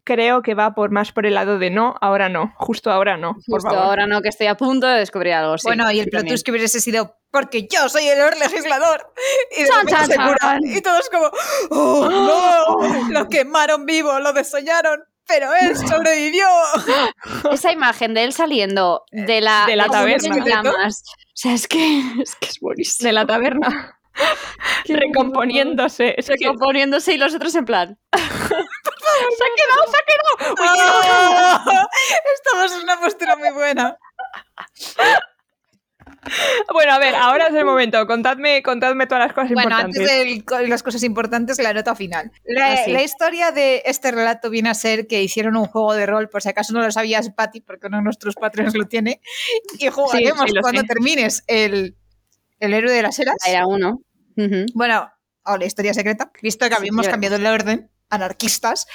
S4: creo que va por más por el lado de no, ahora no, justo ahora no, por
S2: Justo
S4: favor.
S2: ahora no, que estoy a punto de descubrir algo. sí,
S3: bueno, y el
S2: sí,
S3: plot
S2: también.
S3: twist que hubiese sido porque yo soy el Lord legislador. Y de
S2: Chan,
S3: repente
S2: chan,
S3: se cura.
S2: chan.
S3: Y todos como, ¡oh, no! Lo quemaron vivo, lo desollaron, pero él sobrevivió.
S2: Esa imagen de él saliendo de la,
S4: De la
S2: del mundo en
S4: taberna.
S2: llamas. O sea, es que es, que es
S4: De
S2: buenísimo.
S4: la taberna. [LAUGHS] Recomponiéndose. Es que-
S2: Poniéndose y los otros en plan.
S4: se ha quedado, se ha quedado.
S3: ¡Ah! [LAUGHS] Estamos en una postura muy buena.
S4: Bueno, a ver, ahora es el momento. Contadme, contadme todas las cosas
S3: Bueno,
S4: importantes.
S3: antes de el- las cosas importantes, la nota final. La,
S2: Ah, sí.
S3: la historia de este relato viene a ser que hicieron un juego de rol, por si acaso no lo sabías, Patty, porque uno de nuestros patrones lo tiene, y jugaremos
S4: sí, lo
S3: cuando
S4: sé.
S3: termines el, el héroe de las eras.
S2: Era uno. Ujú.
S3: Bueno, o la historia secreta, visto que habíamos
S2: ya.
S3: cambiado el orden, anarquistas,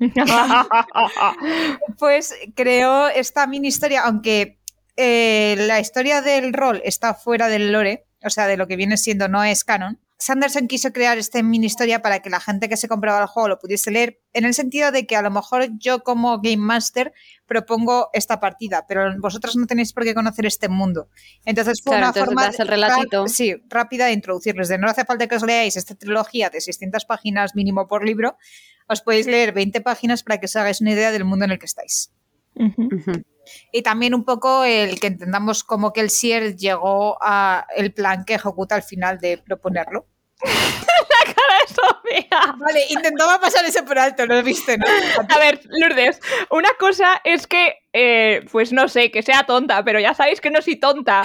S4: [LAUGHS]
S3: pues creo esta mini historia, aunque eh, la historia del rol está fuera del lore, o sea, de lo que viene siendo no es canon. Sanderson quiso crear esta mini historia para que la gente que se compraba el juego lo pudiese leer, en el sentido de que a lo mejor yo como Game Master propongo esta partida, pero vosotros no tenéis por qué conocer este mundo. Entonces fue
S2: Claro,
S3: una
S2: entonces
S3: forma
S2: das el relatito.
S3: rap- sí, rápida de introducirles. De no hace falta que os leáis esta trilogía de 600 páginas mínimo por libro, os podéis leer 20 páginas para que os hagáis una idea del mundo en el que estáis.
S4: Ujú.
S2: Ujú.
S3: Y también un poco el que entendamos cómo que el Sier llegó a el plan que ejecuta al final de proponerlo. Ah, Vale, intentaba pasar eso por alto, lo viste, ¿no?
S4: A ver, Lourdes, una cosa es que, eh, pues no sé, que sea tonta, pero ya sabéis que no soy tonta.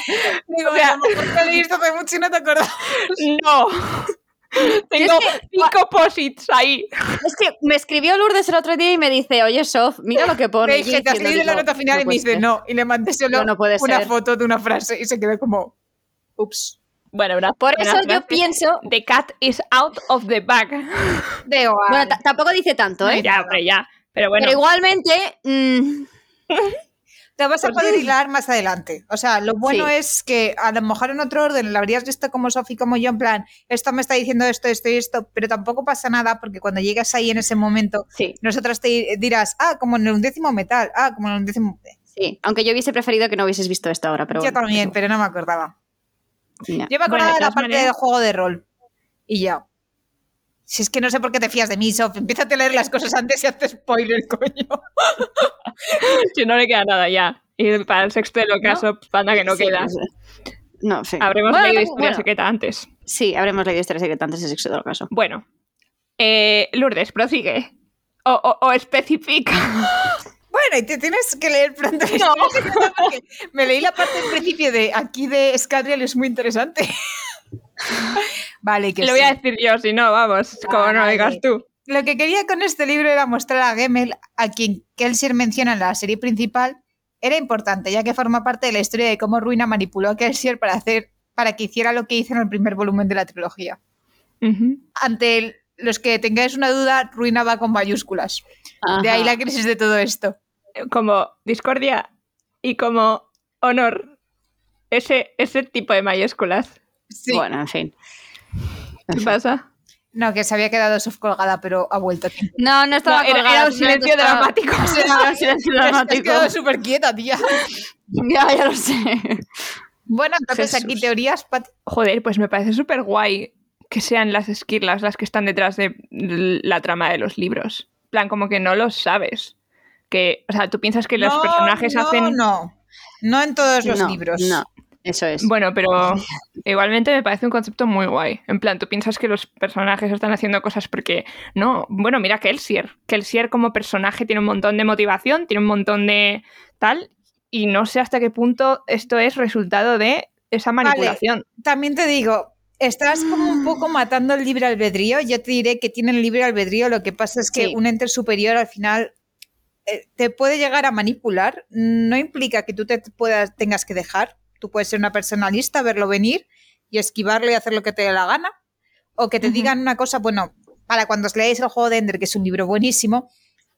S3: Digo,
S4: O sea-
S3: a lo mejor lo he visto hace mucho y no te acordás.
S2: [LAUGHS]
S4: No. Tengo
S2: Es que-
S4: cinco posits ahí.
S2: Es que me escribió Lourdes el otro día y me dice, oye, Sof, mira lo que pone.
S3: Le
S2: Y yo
S3: dije, te has
S2: diciendo,
S3: leído la
S2: digo,
S3: nota final y me
S2: puede
S3: dice
S2: ser.
S3: no. Y le mandé solo
S2: No, no puede
S3: una
S2: ser.
S3: foto de una frase y se quedó como, ups.
S4: Bueno, una-
S2: Por
S4: una
S2: eso yo
S4: frase.
S2: pienso.
S4: The cat is out of the bag.
S3: Veo a...
S2: Bueno, ta- tampoco dice tanto, ¿eh?
S4: Ya, hombre, ya. Pero bueno,
S2: Pero igualmente. mm,
S3: Te vas a poder hilar más adelante. O sea, lo bueno
S2: Sí.
S3: es que a lo mejor en otro orden lo habrías visto como Sofi, como yo, en plan, esto me está diciendo esto, esto y esto, pero tampoco pasa nada porque cuando llegas ahí en ese momento,
S2: Sí,
S3: nosotras te dirás, ah, como en el undécimo metal, ah, como en el undécimo...
S2: sí. Aunque yo hubiese preferido que no hubieses visto esto ahora, pero
S3: yo
S2: bueno,
S3: también, pero no me acordaba.
S2: mira.
S3: Yo me
S4: Bueno, de
S3: acordaba de la
S4: todas
S3: parte
S4: maneras-
S3: del juego de rol. Y ya. Si es que no sé por qué te fías de mí, Sofi, empieza a leer las cosas antes y haces spoiler, [LAUGHS] coño.
S4: si no le queda nada ya. Y para el sexto de lo caso, anda que no
S2: Sí,
S4: queda.
S2: o sea, No, sí.
S4: Habremos
S2: Bueno,
S4: leído
S2: no,
S4: historia
S2: bueno,
S4: secreta antes.
S2: Sí, habremos leído historia secreta antes de sexo del caso.
S4: Bueno, eh, Lourdes, prosigue. O, o- o especifica.
S3: Bueno, y te tienes que leer pronto. la historia secreta [LAUGHS] porque Me leí la parte del principio de aquí de Scadrial, es muy
S4: [LAUGHS]
S3: interesante. vale, que
S4: Lo
S3: sí.
S4: voy a decir yo, si no, vamos, como no lo
S3: Vale.
S4: digas tú.
S3: Lo que quería con este libro era mostrar a Gemmel, a quien Kelsier menciona en la serie principal, era importante, ya que forma parte de la historia de cómo Ruina manipuló a Kelsier para, hacer, para que hiciera lo que hizo en el primer volumen de la trilogía.
S4: Ujú.
S3: Ante el- los que tengáis una duda, Ruina va con mayúsculas. De ahí
S2: Ajá.
S3: la crisis de todo esto.
S4: Como discordia y como honor. Ese, ese tipo de mayúsculas.
S3: Sí.
S2: Bueno, en fin.
S4: ¿Qué pasa?
S3: No, que se había quedado soft colgada, pero ha vuelto a tiempo.
S2: No, no estaba
S4: No, era-
S2: colgada,
S4: era un
S2: simplemente
S4: silencio
S2: estaba-
S4: dramático.
S2: Sí, [LAUGHS] era
S3: [LAUGHS]
S2: un silencio
S3: Te has
S2: [LAUGHS] dramático.
S3: quedado súper quieta, tía.
S2: Ya, ya lo sé.
S3: Bueno, entonces
S2: Jesús.
S3: aquí teorías, Pat-
S4: Joder, pues me parece súper guay que sean las esquirlas las que están detrás de la trama de los libros. En plan, como que no los sabes. Que, o sea, tú piensas que los
S3: No,
S4: personajes
S3: no,
S4: hacen.
S3: No, no en todos los
S2: no,
S3: libros.
S2: No, eso es.
S4: Bueno, pero igualmente me parece un concepto muy guay. En plan, tú piensas que los personajes están haciendo cosas porque. No, bueno, mira Kelsier. Kelsier como personaje tiene un montón de motivación, tiene un montón de tal. Y no sé hasta qué punto esto es resultado de esa manipulación.
S3: También te digo, estás como un poco matando el libre albedrío. Yo te diré que tienen libre albedrío, lo que pasa es que
S2: Sí.
S3: un ente superior al final eh, te puede llegar a manipular. No implica que tú te puedas, tengas que dejar. Tú puedes ser una personalista, verlo venir y esquivarlo y hacer lo que te dé la gana. O que te
S4: Ujú.
S3: digan una cosa, bueno, para cuando os leáis el juego de Ender, que es un libro buenísimo,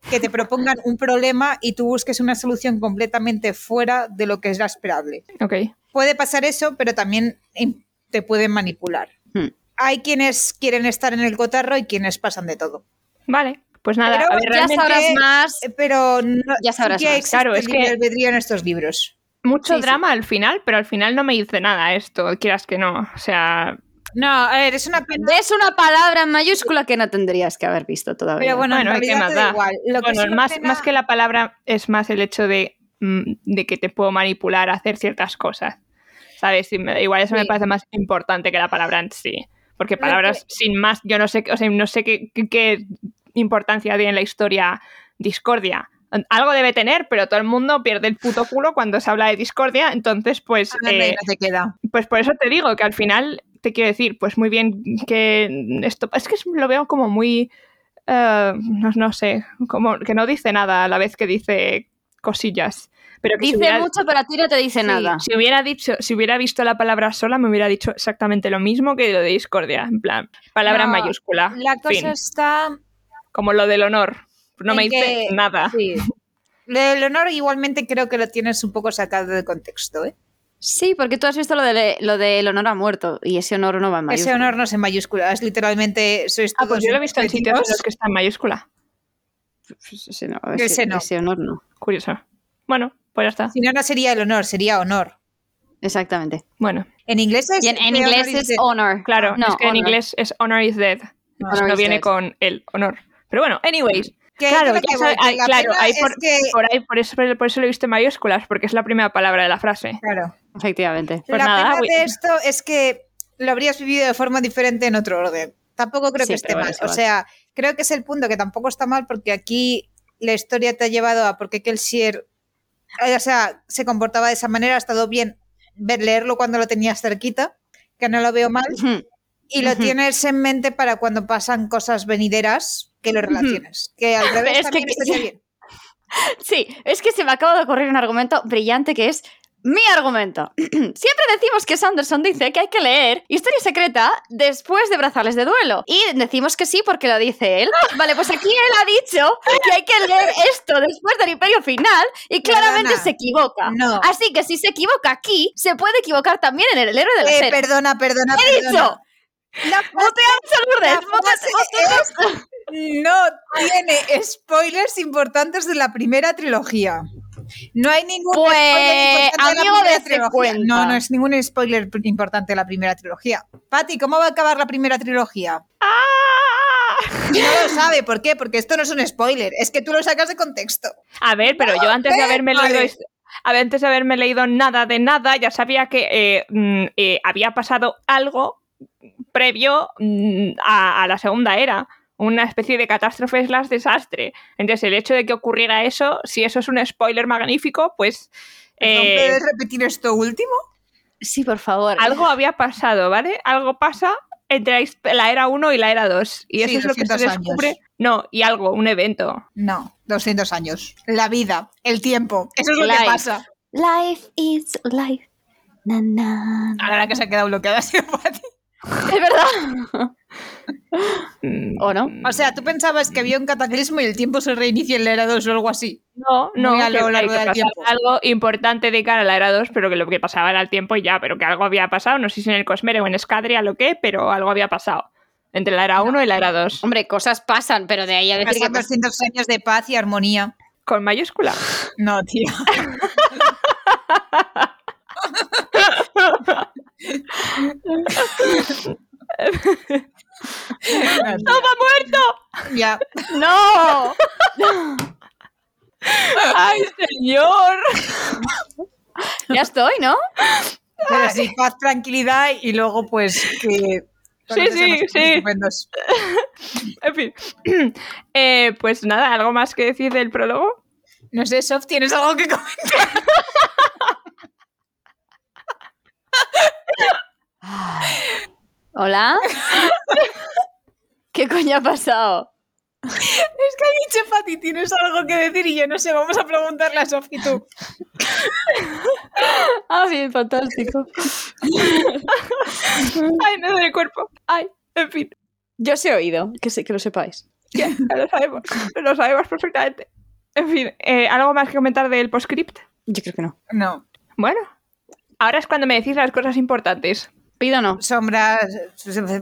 S3: que te propongan un problema y tú busques una solución completamente fuera de lo que es la esperable
S4: Ok.
S3: puede pasar eso, pero también em, te pueden manipular.
S2: Hmm.
S3: Hay quienes quieren estar en el cotarro y quienes pasan de todo.
S4: Vale. Pues nada,
S3: Pero
S4: a ver,
S3: ya
S2: Ya
S4: realmente
S2: sabrás más.
S3: Eh, Pero no,
S2: Ya sabrás
S3: sí que
S2: más.
S3: existe
S4: Claro, es
S3: libre
S4: que-
S3: albedrío en estos libros.
S4: mucho
S2: sí, sí.
S4: drama al final, pero al final no me dice nada esto, quieras que no. O sea,
S3: No, a ver, es una pena.
S2: Ves una palabra en mayúscula que no tendrías que haber visto todavía.
S3: Pero bueno,
S4: Bueno,
S3: en
S4: ¿y qué
S3: realidad
S4: más
S3: te da
S4: da?
S3: igual. Lo que
S4: bueno,
S3: es una
S4: más,
S3: pena-
S4: más que la palabra es más el hecho de, mm, de que te puedo manipular a hacer ciertas cosas. ¿Sabes? Y me- igual eso me
S3: Sí.
S4: parece más importante que la palabra en sí. Porque
S3: que-
S4: palabras sin más, yo no sé, qué- o sea, no sé qué, qué- qué importancia tiene en la historia discordia. Algo debe tener, pero todo el mundo pierde el puto culo cuando se habla de discordia. Entonces, pues,
S3: Ah, no,
S4: eh,
S3: y no te queda.
S4: pues por eso te digo que al final te quiero decir, pues muy bien que esto es que es- lo veo como muy eh, no, no sé, como que no dice nada a la vez que dice cosillas. Pero que si
S2: Dice
S4: hubiera-
S2: mucho, pero a ti no te dice
S4: sí,
S2: nada.
S4: Si hubiera dicho, si hubiera visto la palabra sola, me hubiera dicho exactamente lo mismo que lo de discordia, en plan, palabra en
S3: No,
S4: mayúscula.
S3: La cosa
S4: fin.
S3: está
S4: como lo del honor. No
S3: en
S4: me dice
S3: que-
S4: nada.
S2: Sí.
S3: El honor igualmente creo que lo tienes un poco sacado de contexto, ¿eh?
S2: Sí, porque tú has visto lo de lo del honor a muerto y ese honor no va en
S3: Ese
S2: mayúscula.
S3: honor no es en mayúsculas, literalmente sois
S4: Ah, pues
S3: todos
S4: yo lo he visto en sitios en
S3: vecinos.
S4: los que está en mayúscula.
S2: Ese no, ese-
S3: Ese no.
S2: ese honor no.
S4: Curioso. Bueno, pues ya está.
S3: Si no, no sería el honor, sería honor.
S2: Exactamente.
S4: Bueno,
S3: En inglés es.
S2: Y en, en
S3: the honor
S2: inglés
S3: is
S2: es
S3: the-
S2: honor.
S4: Claro,
S2: No,
S4: es que en
S2: honor.
S4: inglés es honor is dead.
S2: Honor
S4: no
S2: is
S4: viene
S2: dead.
S4: con el honor. Pero bueno, anyways.
S3: que es
S4: claro,
S3: lo que
S4: ya
S3: voy,
S4: sabe-
S3: que
S4: hay-
S3: la
S4: claro,
S3: pena
S4: hay
S3: es que-
S4: Por ahí, por eso, por eso lo he visto en mayúsculas, porque es la primera palabra de la frase.
S3: Claro. [LAUGHS]
S2: Efectivamente.
S4: Pues
S3: la
S4: nada,
S3: pena
S4: voy-
S3: de esto es que lo habrías vivido de forma diferente en otro orden. Tampoco creo
S2: Sí,
S3: que esté
S2: pero
S3: mal.
S2: es
S3: O
S2: igual.
S3: sea, creo que es el punto que tampoco está mal porque aquí la historia te ha llevado a porque Kelsier, eh, o sea, se comportaba de esa manera. Ha estado bien ver, leerlo cuando lo tenías cerquita, que no lo veo mal.
S2: Ujú.
S3: Y lo
S2: Ujú.
S3: tienes en mente para cuando pasan cosas venideras que lo relaciones. Que al revés
S2: [LAUGHS] es que-
S3: también estaría bien.
S2: Sí, es que se me acaba de ocurrir un argumento brillante que es mi argumento. [CLEARS THROAT] Siempre decimos que Sanderson dice que hay que leer Historia Secreta después de Brazales de Duelo. Y decimos que sí porque lo dice [LAUGHS] él. Vale, pues aquí él ha dicho que hay que leer esto después del Imperio Final y claramente
S3: Perdona.
S2: se equivoca.
S3: No.
S2: Así que si se equivoca aquí, se puede equivocar también en el héroe de la
S3: Eh,
S2: serie.
S3: perdona, perdona,
S2: He
S3: perdona.
S2: dicho, [LAUGHS]
S3: La
S2: votead a Lourdes,
S3: La
S2: eh,
S3: frase es, no tiene spoilers importantes de la primera trilogía. No hay ningún
S2: Pues,
S3: spoiler importante
S2: amigo,
S3: de la primera
S2: dese
S3: trilogía.
S2: cuenta.
S3: No, no es ningún spoiler importante de la primera trilogía. Patti, ¿cómo va a acabar la primera trilogía?
S2: ¡Ah!
S3: No lo sabe, ¿por qué? Porque esto no es un spoiler, es que tú lo sacas de contexto.
S4: A ver, pero yo antes de haberme
S3: vale.
S4: leído. es- a ver, antes de haberme leído nada de nada, ya sabía que eh, mm, eh, había pasado algo previo mm, a, a la segunda era. Una especie de catástrofe slash desastre. Entonces, el hecho de que ocurriera eso, si eso es un spoiler magnífico, pues.
S3: Perdón,
S4: eh,
S3: ¿Puedes repetir esto último?
S2: Sí, por favor.
S4: algo había pasado, ¿vale? Algo pasa entre la his- la era 1 y la era 2. Y
S3: Sí,
S4: eso es lo que se
S3: 200 años.
S4: descubre. No, y algo, un evento.
S3: No, 200 años. La vida, el tiempo, eso es lo
S2: Life.
S3: que pasa.
S2: Life is life. Na, na.
S3: Ahora que se ha quedado bloqueada, [LAUGHS] ha sido Patti.
S2: Es verdad.
S4: Mm,
S2: ¿O no?
S3: O sea, tú pensabas que había un cataclismo y el tiempo se reinicia en la era 2 o algo así.
S4: No, no,
S3: Muy a lo
S4: que-
S3: largo
S4: que
S3: del
S4: pasaba
S3: tiempo.
S4: algo importante de cara a la era 2, pero que lo que pasaba era el tiempo y ya, pero que algo había pasado, no sé si en el Cosmere o en Escadria, lo que, pero algo había pasado. Entre la era 1 y la era 2.
S2: Hombre, cosas pasan, pero de ahí a decir que
S3: Pasan 200 años de paz y armonía. [LAUGHS]
S4: Con mayúscula.
S3: No, tío.
S4: ¡Toma muerto!
S3: ya. [LAUGHS]
S2: ¡No!
S4: ¡Ay, señor!
S2: Ya estoy, ¿no?
S3: Pero sí, paz, tranquilidad y luego pues que... conoces a
S4: sí,
S3: unos
S4: sí.
S3: estupendos.
S4: En fin. [CLEARS THROAT] Eh, pues nada, ¿algo más que decir del prólogo?
S3: No sé, Sof, ¿tienes algo que [LAUGHS] comentar?
S2: ¿Hola? [LAUGHS] ¿Qué coño ha pasado?
S3: Es que he dicho, Pati, ¿tienes algo que decir? Y yo no sé, vamos a preguntarle a Sof y tú.
S2: Ah, bien, fantástico.
S4: Ay, me duele el cuerpo. Ay, en fin,
S2: Yo os he oído, que, sé, que lo sepáis.
S4: ya, ya lo sabemos. Lo sabemos perfectamente. En fin, eh, ¿algo más que comentar del postscript?
S2: Yo creo que no.
S3: No.
S4: Bueno, ahora es cuando me decís las cosas importantes.
S2: Pido no.
S3: Sombras.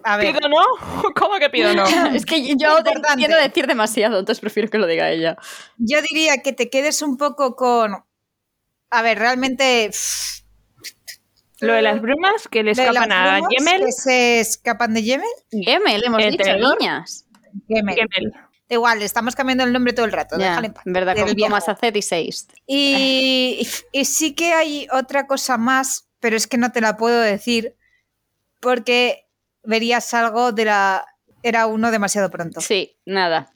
S3: A ver.
S4: [LAUGHS]
S6: ¿Pido no? ¿Cómo que
S3: [LAUGHS]
S6: pido no?
S2: es que yo
S3: Ah, Importante.
S2: quiero decir demasiado, entonces prefiero que lo diga ella.
S3: Yo diría que te quedes un poco con. A ver, realmente. pff,
S4: Lo de las brumas que le
S3: de
S4: escapan
S3: las
S4: a
S3: brumas
S4: Yemel.
S3: Que se escapan de Yemel.
S2: Gemel, hemos
S4: Eh,
S2: dicho,
S4: tenedor.
S2: niñas.
S3: Yemel.
S4: Yemel.
S3: Da Igual, estamos cambiando el nombre todo el rato.
S2: Ya,
S3: déjale en paz.
S2: verdad,
S3: Del
S2: como,
S3: viejo.
S2: como hasta 36.
S3: Y, y sí que hay otra cosa más, pero es que no te la puedo decir porque verías algo de la... Era uno demasiado pronto.
S2: Sí, nada.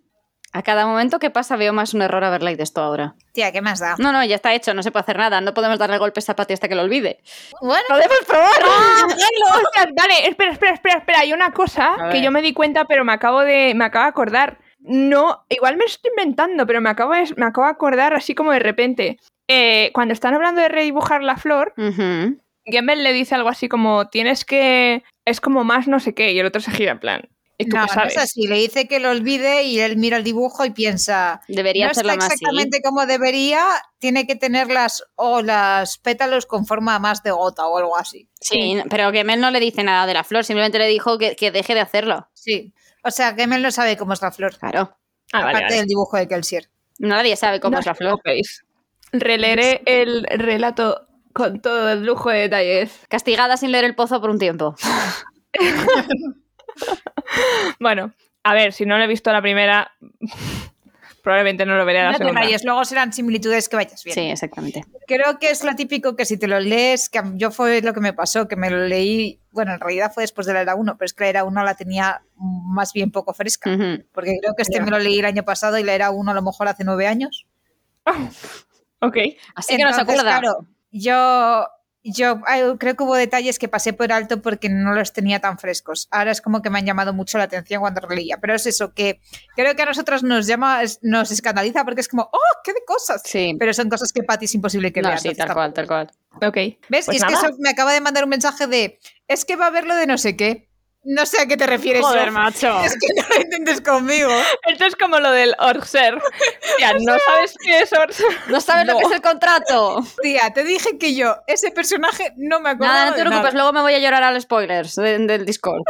S2: A cada momento que pasa veo más un error haber leído esto ahora.
S3: Tía, ¿qué más da?
S2: No, no, ya está hecho, no se puede hacer nada. No podemos darle golpes a Pati hasta que lo olvide.
S5: Bueno,
S2: ¡Podemos
S4: [LAUGHS]
S2: probar!
S4: Hostia, Dale, espera, espera, espera, espera. Hay una cosa
S2: A
S4: que
S2: ver.
S4: yo me di cuenta, pero me acabo de. me acabo de acordar. No, igual me estoy inventando, pero me acabo de, me acabo de acordar así como de repente. Eh, cuando están hablando de redibujar la flor,
S2: Ujú.
S4: Gemmel le dice algo así como: tienes que. es como más no sé qué, y el otro se gira en plan. ¿Y tú
S3: No,
S4: qué
S3: no
S4: sabes?
S3: es así. Le dice que lo olvide y él mira el dibujo y piensa...
S2: Debería
S3: no
S2: hacerlo
S3: está
S2: más así.
S3: exactamente como debería, tiene que tener las o las pétalos con forma más de gota o algo así.
S2: Sí, no- pero Gemel no le dice nada de la flor, simplemente le dijo que, que deje de hacerlo.
S3: Sí. O sea, Gemel no sabe cómo es la flor,
S2: Claro.
S4: Ah, vale,
S3: aparte
S4: vale.
S3: del dibujo de Kelsier.
S2: Nadie sabe cómo
S4: No
S2: es la
S4: os
S2: flor.
S4: preocupéis. Releeré el relato con todo el lujo de detalles.
S2: Castigada sin leer el pozo por un tiempo.
S4: Bueno, a ver, si no lo he visto la primera, [LAUGHS] probablemente no lo veré a la
S3: No te
S4: segunda.
S3: rayes, luego serán similitudes que vayas bien.
S2: Sí, exactamente.
S3: Creo que es lo típico que si te lo lees, que a- yo fue lo que me pasó, que me lo leí, bueno, en realidad fue después de la era 1, pero es que la era 1 la tenía más bien poco fresca,
S4: Mm.
S2: Ujú.
S3: porque creo que este me lo leí el año pasado y la era 1 a lo mejor hace nueve años.
S4: Ok.
S2: Así que no
S3: Entonces,
S2: se acuerda.
S3: Claro, yo, yo eh, creo que hubo detalles que pasé por alto porque no los tenía tan frescos. Ahora es como que me han llamado mucho la atención cuando lo leía, pero es eso, que creo que a nosotros nos llama, es- nos escandaliza porque es como, ¡oh, qué de cosas!
S2: Sí.
S3: Pero son cosas que Patty es imposible que
S2: no,
S3: vea.
S2: sí,
S3: entonces
S2: tal
S3: tampoco.
S2: cual, tal cual.
S4: Ok.
S3: ¿Ves?
S4: Pues
S3: es que
S4: nada.
S3: eso me acaba de mandar un mensaje de es que va a haber lo de no sé qué. No [LAUGHS] sé a qué te refieres.
S6: Joder,
S3: Sof.
S6: macho.
S3: Es que no lo entiendes conmigo.
S4: [LAUGHS] Esto es como lo del
S3: [LAUGHS]
S4: Orser. Tía, no sabes qué es Orser.
S2: No sabes lo que es el contrato.
S3: Tía, te dije que yo, ese personaje [LAUGHS] no me acuerdo.
S2: Nada, no te preocupes, luego me voy a llorar al spoilers de- del Discord.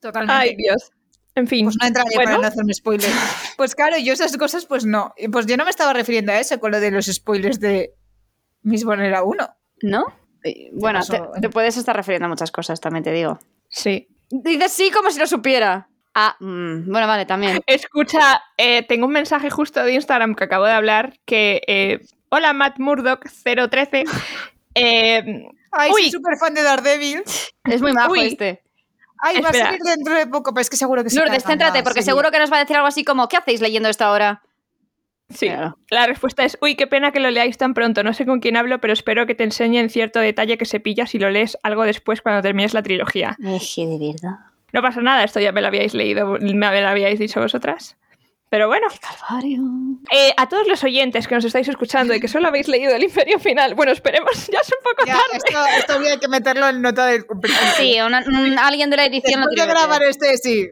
S3: Totalmente.
S4: Ay, Dios. En fin. [LAUGHS]
S3: Pues no entraré
S4: Bueno.
S3: para no hacerme spoiler. Pues claro, yo esas cosas, pues no. Y Pues yo no me estaba refiriendo a eso con lo de los spoilers de Miss Bonera 1.
S2: ¿No? Eh, Bueno,
S3: paso-
S2: te, te puedes estar refiriendo a muchas cosas, también te digo.
S4: Sí.
S2: Dices sí como si lo supiera. Ah, mm, bueno, vale, también.
S4: Escucha, eh, tengo un mensaje justo de Instagram que acabo de hablar que... eh, Hola, Matt Murdock 013. Eh,
S3: Ay,
S4: Uy.
S3: soy súper fan de Daredevil. [LAUGHS]
S2: Es muy majo
S4: Uy.
S2: este.
S3: Ay, va a
S4: Espera.
S3: salir dentro de poco, pero es que seguro que se
S2: Lourdes,
S3: cargan
S2: céntrate,
S3: la
S2: porque
S3: serie.
S2: seguro que nos va a decir algo así como ¿qué hacéis leyendo esto ahora?
S4: sí.
S2: Claro.
S4: La respuesta es, uy, qué pena que lo leáis tan pronto. No sé con quién hablo, pero espero que te enseñen cierto detalle que se pilla si lo lees algo después cuando termines la trilogía.
S2: de verdad.
S4: No pasa nada, esto ya me lo habíais leído, me lo habíais dicho vosotras. Pero bueno,
S2: Calvario.
S4: eh, a todos los oyentes que nos estáis escuchando y que solo habéis leído el Imperio Final, bueno, esperemos, [LAUGHS] ya es un poco
S3: Ya,
S4: tarde.
S3: esto, esto había que meterlo en nota del cumpleaños.
S2: Sí, una- un- alguien de la edición lo
S3: Después de
S2: tiene que
S3: grabar
S2: ver.
S3: este, sí,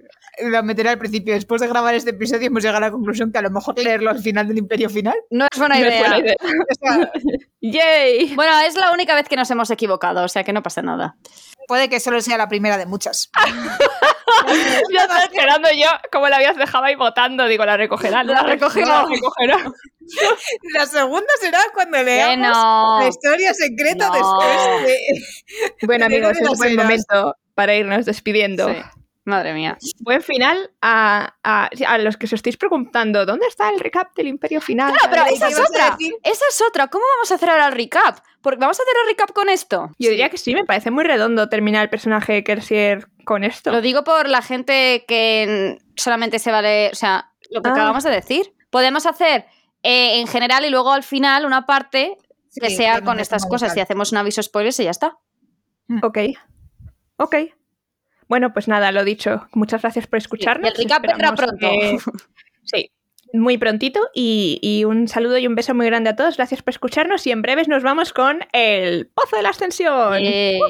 S3: lo meteré al principio. Después de grabar este episodio hemos llegado a la conclusión que a lo mejor leerlo al final del Imperio Final.
S2: No es
S4: [LAUGHS]
S2: buena
S4: No es
S2: idea.
S4: buena idea.
S3: O sea,
S4: ¡Yay!
S2: Bueno, es la única vez que nos hemos equivocado, o sea que no pasa nada.
S3: puede que solo sea la primera de muchas.
S4: Ya estaba esperando yo como la habías dejado ahí votando, digo, la recogerán.
S2: La recogerá.
S4: La recogerá.
S3: La segunda será cuando leamos
S2: Bueno.
S3: la historia secreta
S2: No.
S3: después de...
S4: Bueno, amigos, es buen momento para irnos despidiendo.
S2: Sí. Madre mía.
S4: Buen final a, a- a los que os estáis preguntando, ¿dónde está el recap del Imperio Final?
S2: Claro, pero
S3: Vale,
S2: esa
S3: ¿qué
S2: es
S3: ibas a
S2: otra.
S3: decir?
S2: Esa es otra. ¿Cómo vamos a hacer ahora el recap? Porque vamos a hacer el recap con esto.
S4: Yo diría que sí, me parece muy redondo terminar el personaje de Kersier con esto.
S2: Lo digo por la gente que mm, solamente se vale, o sea, lo que
S4: Ah.
S2: acabamos de decir. Podemos hacer eh, en general y luego al final una parte que
S3: Sí,
S2: sea
S3: con
S2: con
S3: un
S2: estas
S3: tema
S2: cosas y
S3: vital.
S2: hacemos un aviso spoilers y ya está.
S4: Ok. Ok. Bueno, pues nada, lo dicho. Muchas gracias por escucharnos.
S2: el recap vendrá
S4: Esperamos
S2: [LAUGHS] pronto.
S4: que- Sí, muy prontito. Y, y un saludo y un beso muy grande a todos. Gracias por escucharnos. Y en breves nos vamos con El Pozo de la Ascensión.
S2: Eh,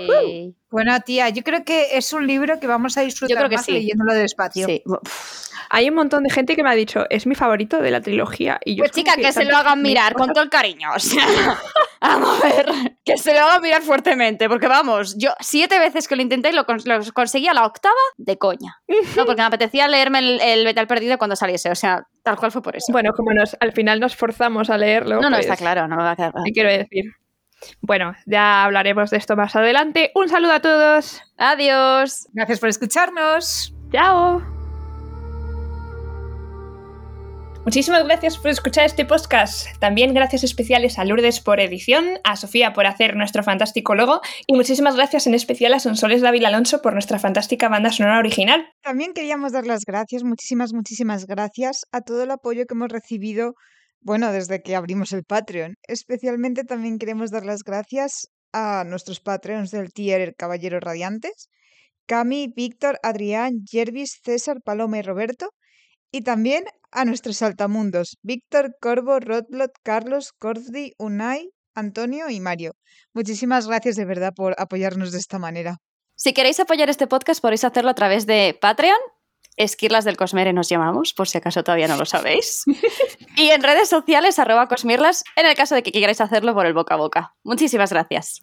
S3: Bueno, tía, yo creo que es un libro que vamos a disfrutar
S2: Yo creo que
S3: más
S2: sí.
S3: leyéndolo despacio.
S2: sí. Pues
S4: Hay un montón de gente que me ha dicho, es mi favorito de la trilogía. Y yo es como
S2: Pues chica, que se
S4: tantas
S2: lo hagan
S4: mil
S2: mirar con
S4: cosas-
S2: todo el cariño. o sea. [LAUGHS] Vamos a ver, que se lo haga mirar fuertemente, porque vamos, yo siete veces que lo intenté lo, cons- lo conseguí a la octava de coña. No, porque me apetecía leerme el, el metal perdido cuando saliese, o sea, tal cual fue por eso.
S4: Bueno, como nos, al final nos forzamos a leerlo.
S2: no, no,
S4: pues,
S2: está claro, no me va a quedar.
S4: ¿Qué quiero decir? Bueno, ya hablaremos de esto más adelante. Un saludo a todos.
S2: Adiós.
S7: Gracias por escucharnos.
S4: Chao. Muchísimas gracias por escuchar este podcast. También gracias especiales a Lourdes por edición, a Sofía por hacer nuestro fantástico logo y muchísimas gracias en especial a Sonsoles David Alonso por nuestra fantástica banda sonora original.
S3: También queríamos dar las gracias, muchísimas, muchísimas gracias a todo el apoyo que hemos recibido, bueno, desde que abrimos el Patreon. Especialmente también queremos dar las gracias a nuestros Patreons del tier Caballeros Radiantes, Cami, Víctor, Adrián, Jervis, César, Paloma y Roberto, y también a nuestros saltamundos, Víctor, Corvo, Rodblot, Carlos, Cordi, Unai, Antonio y Mario. Muchísimas gracias de verdad por apoyarnos de esta manera.
S2: Si queréis apoyar este podcast, podéis hacerlo a través de Patreon. Esquirlas del Cosmere nos llamamos, por si acaso todavía no lo
S4: [LAUGHS]
S2: sabéis. y en redes sociales, arroba Cosmirlas, en el caso de que queráis hacerlo por el boca a boca. Muchísimas gracias.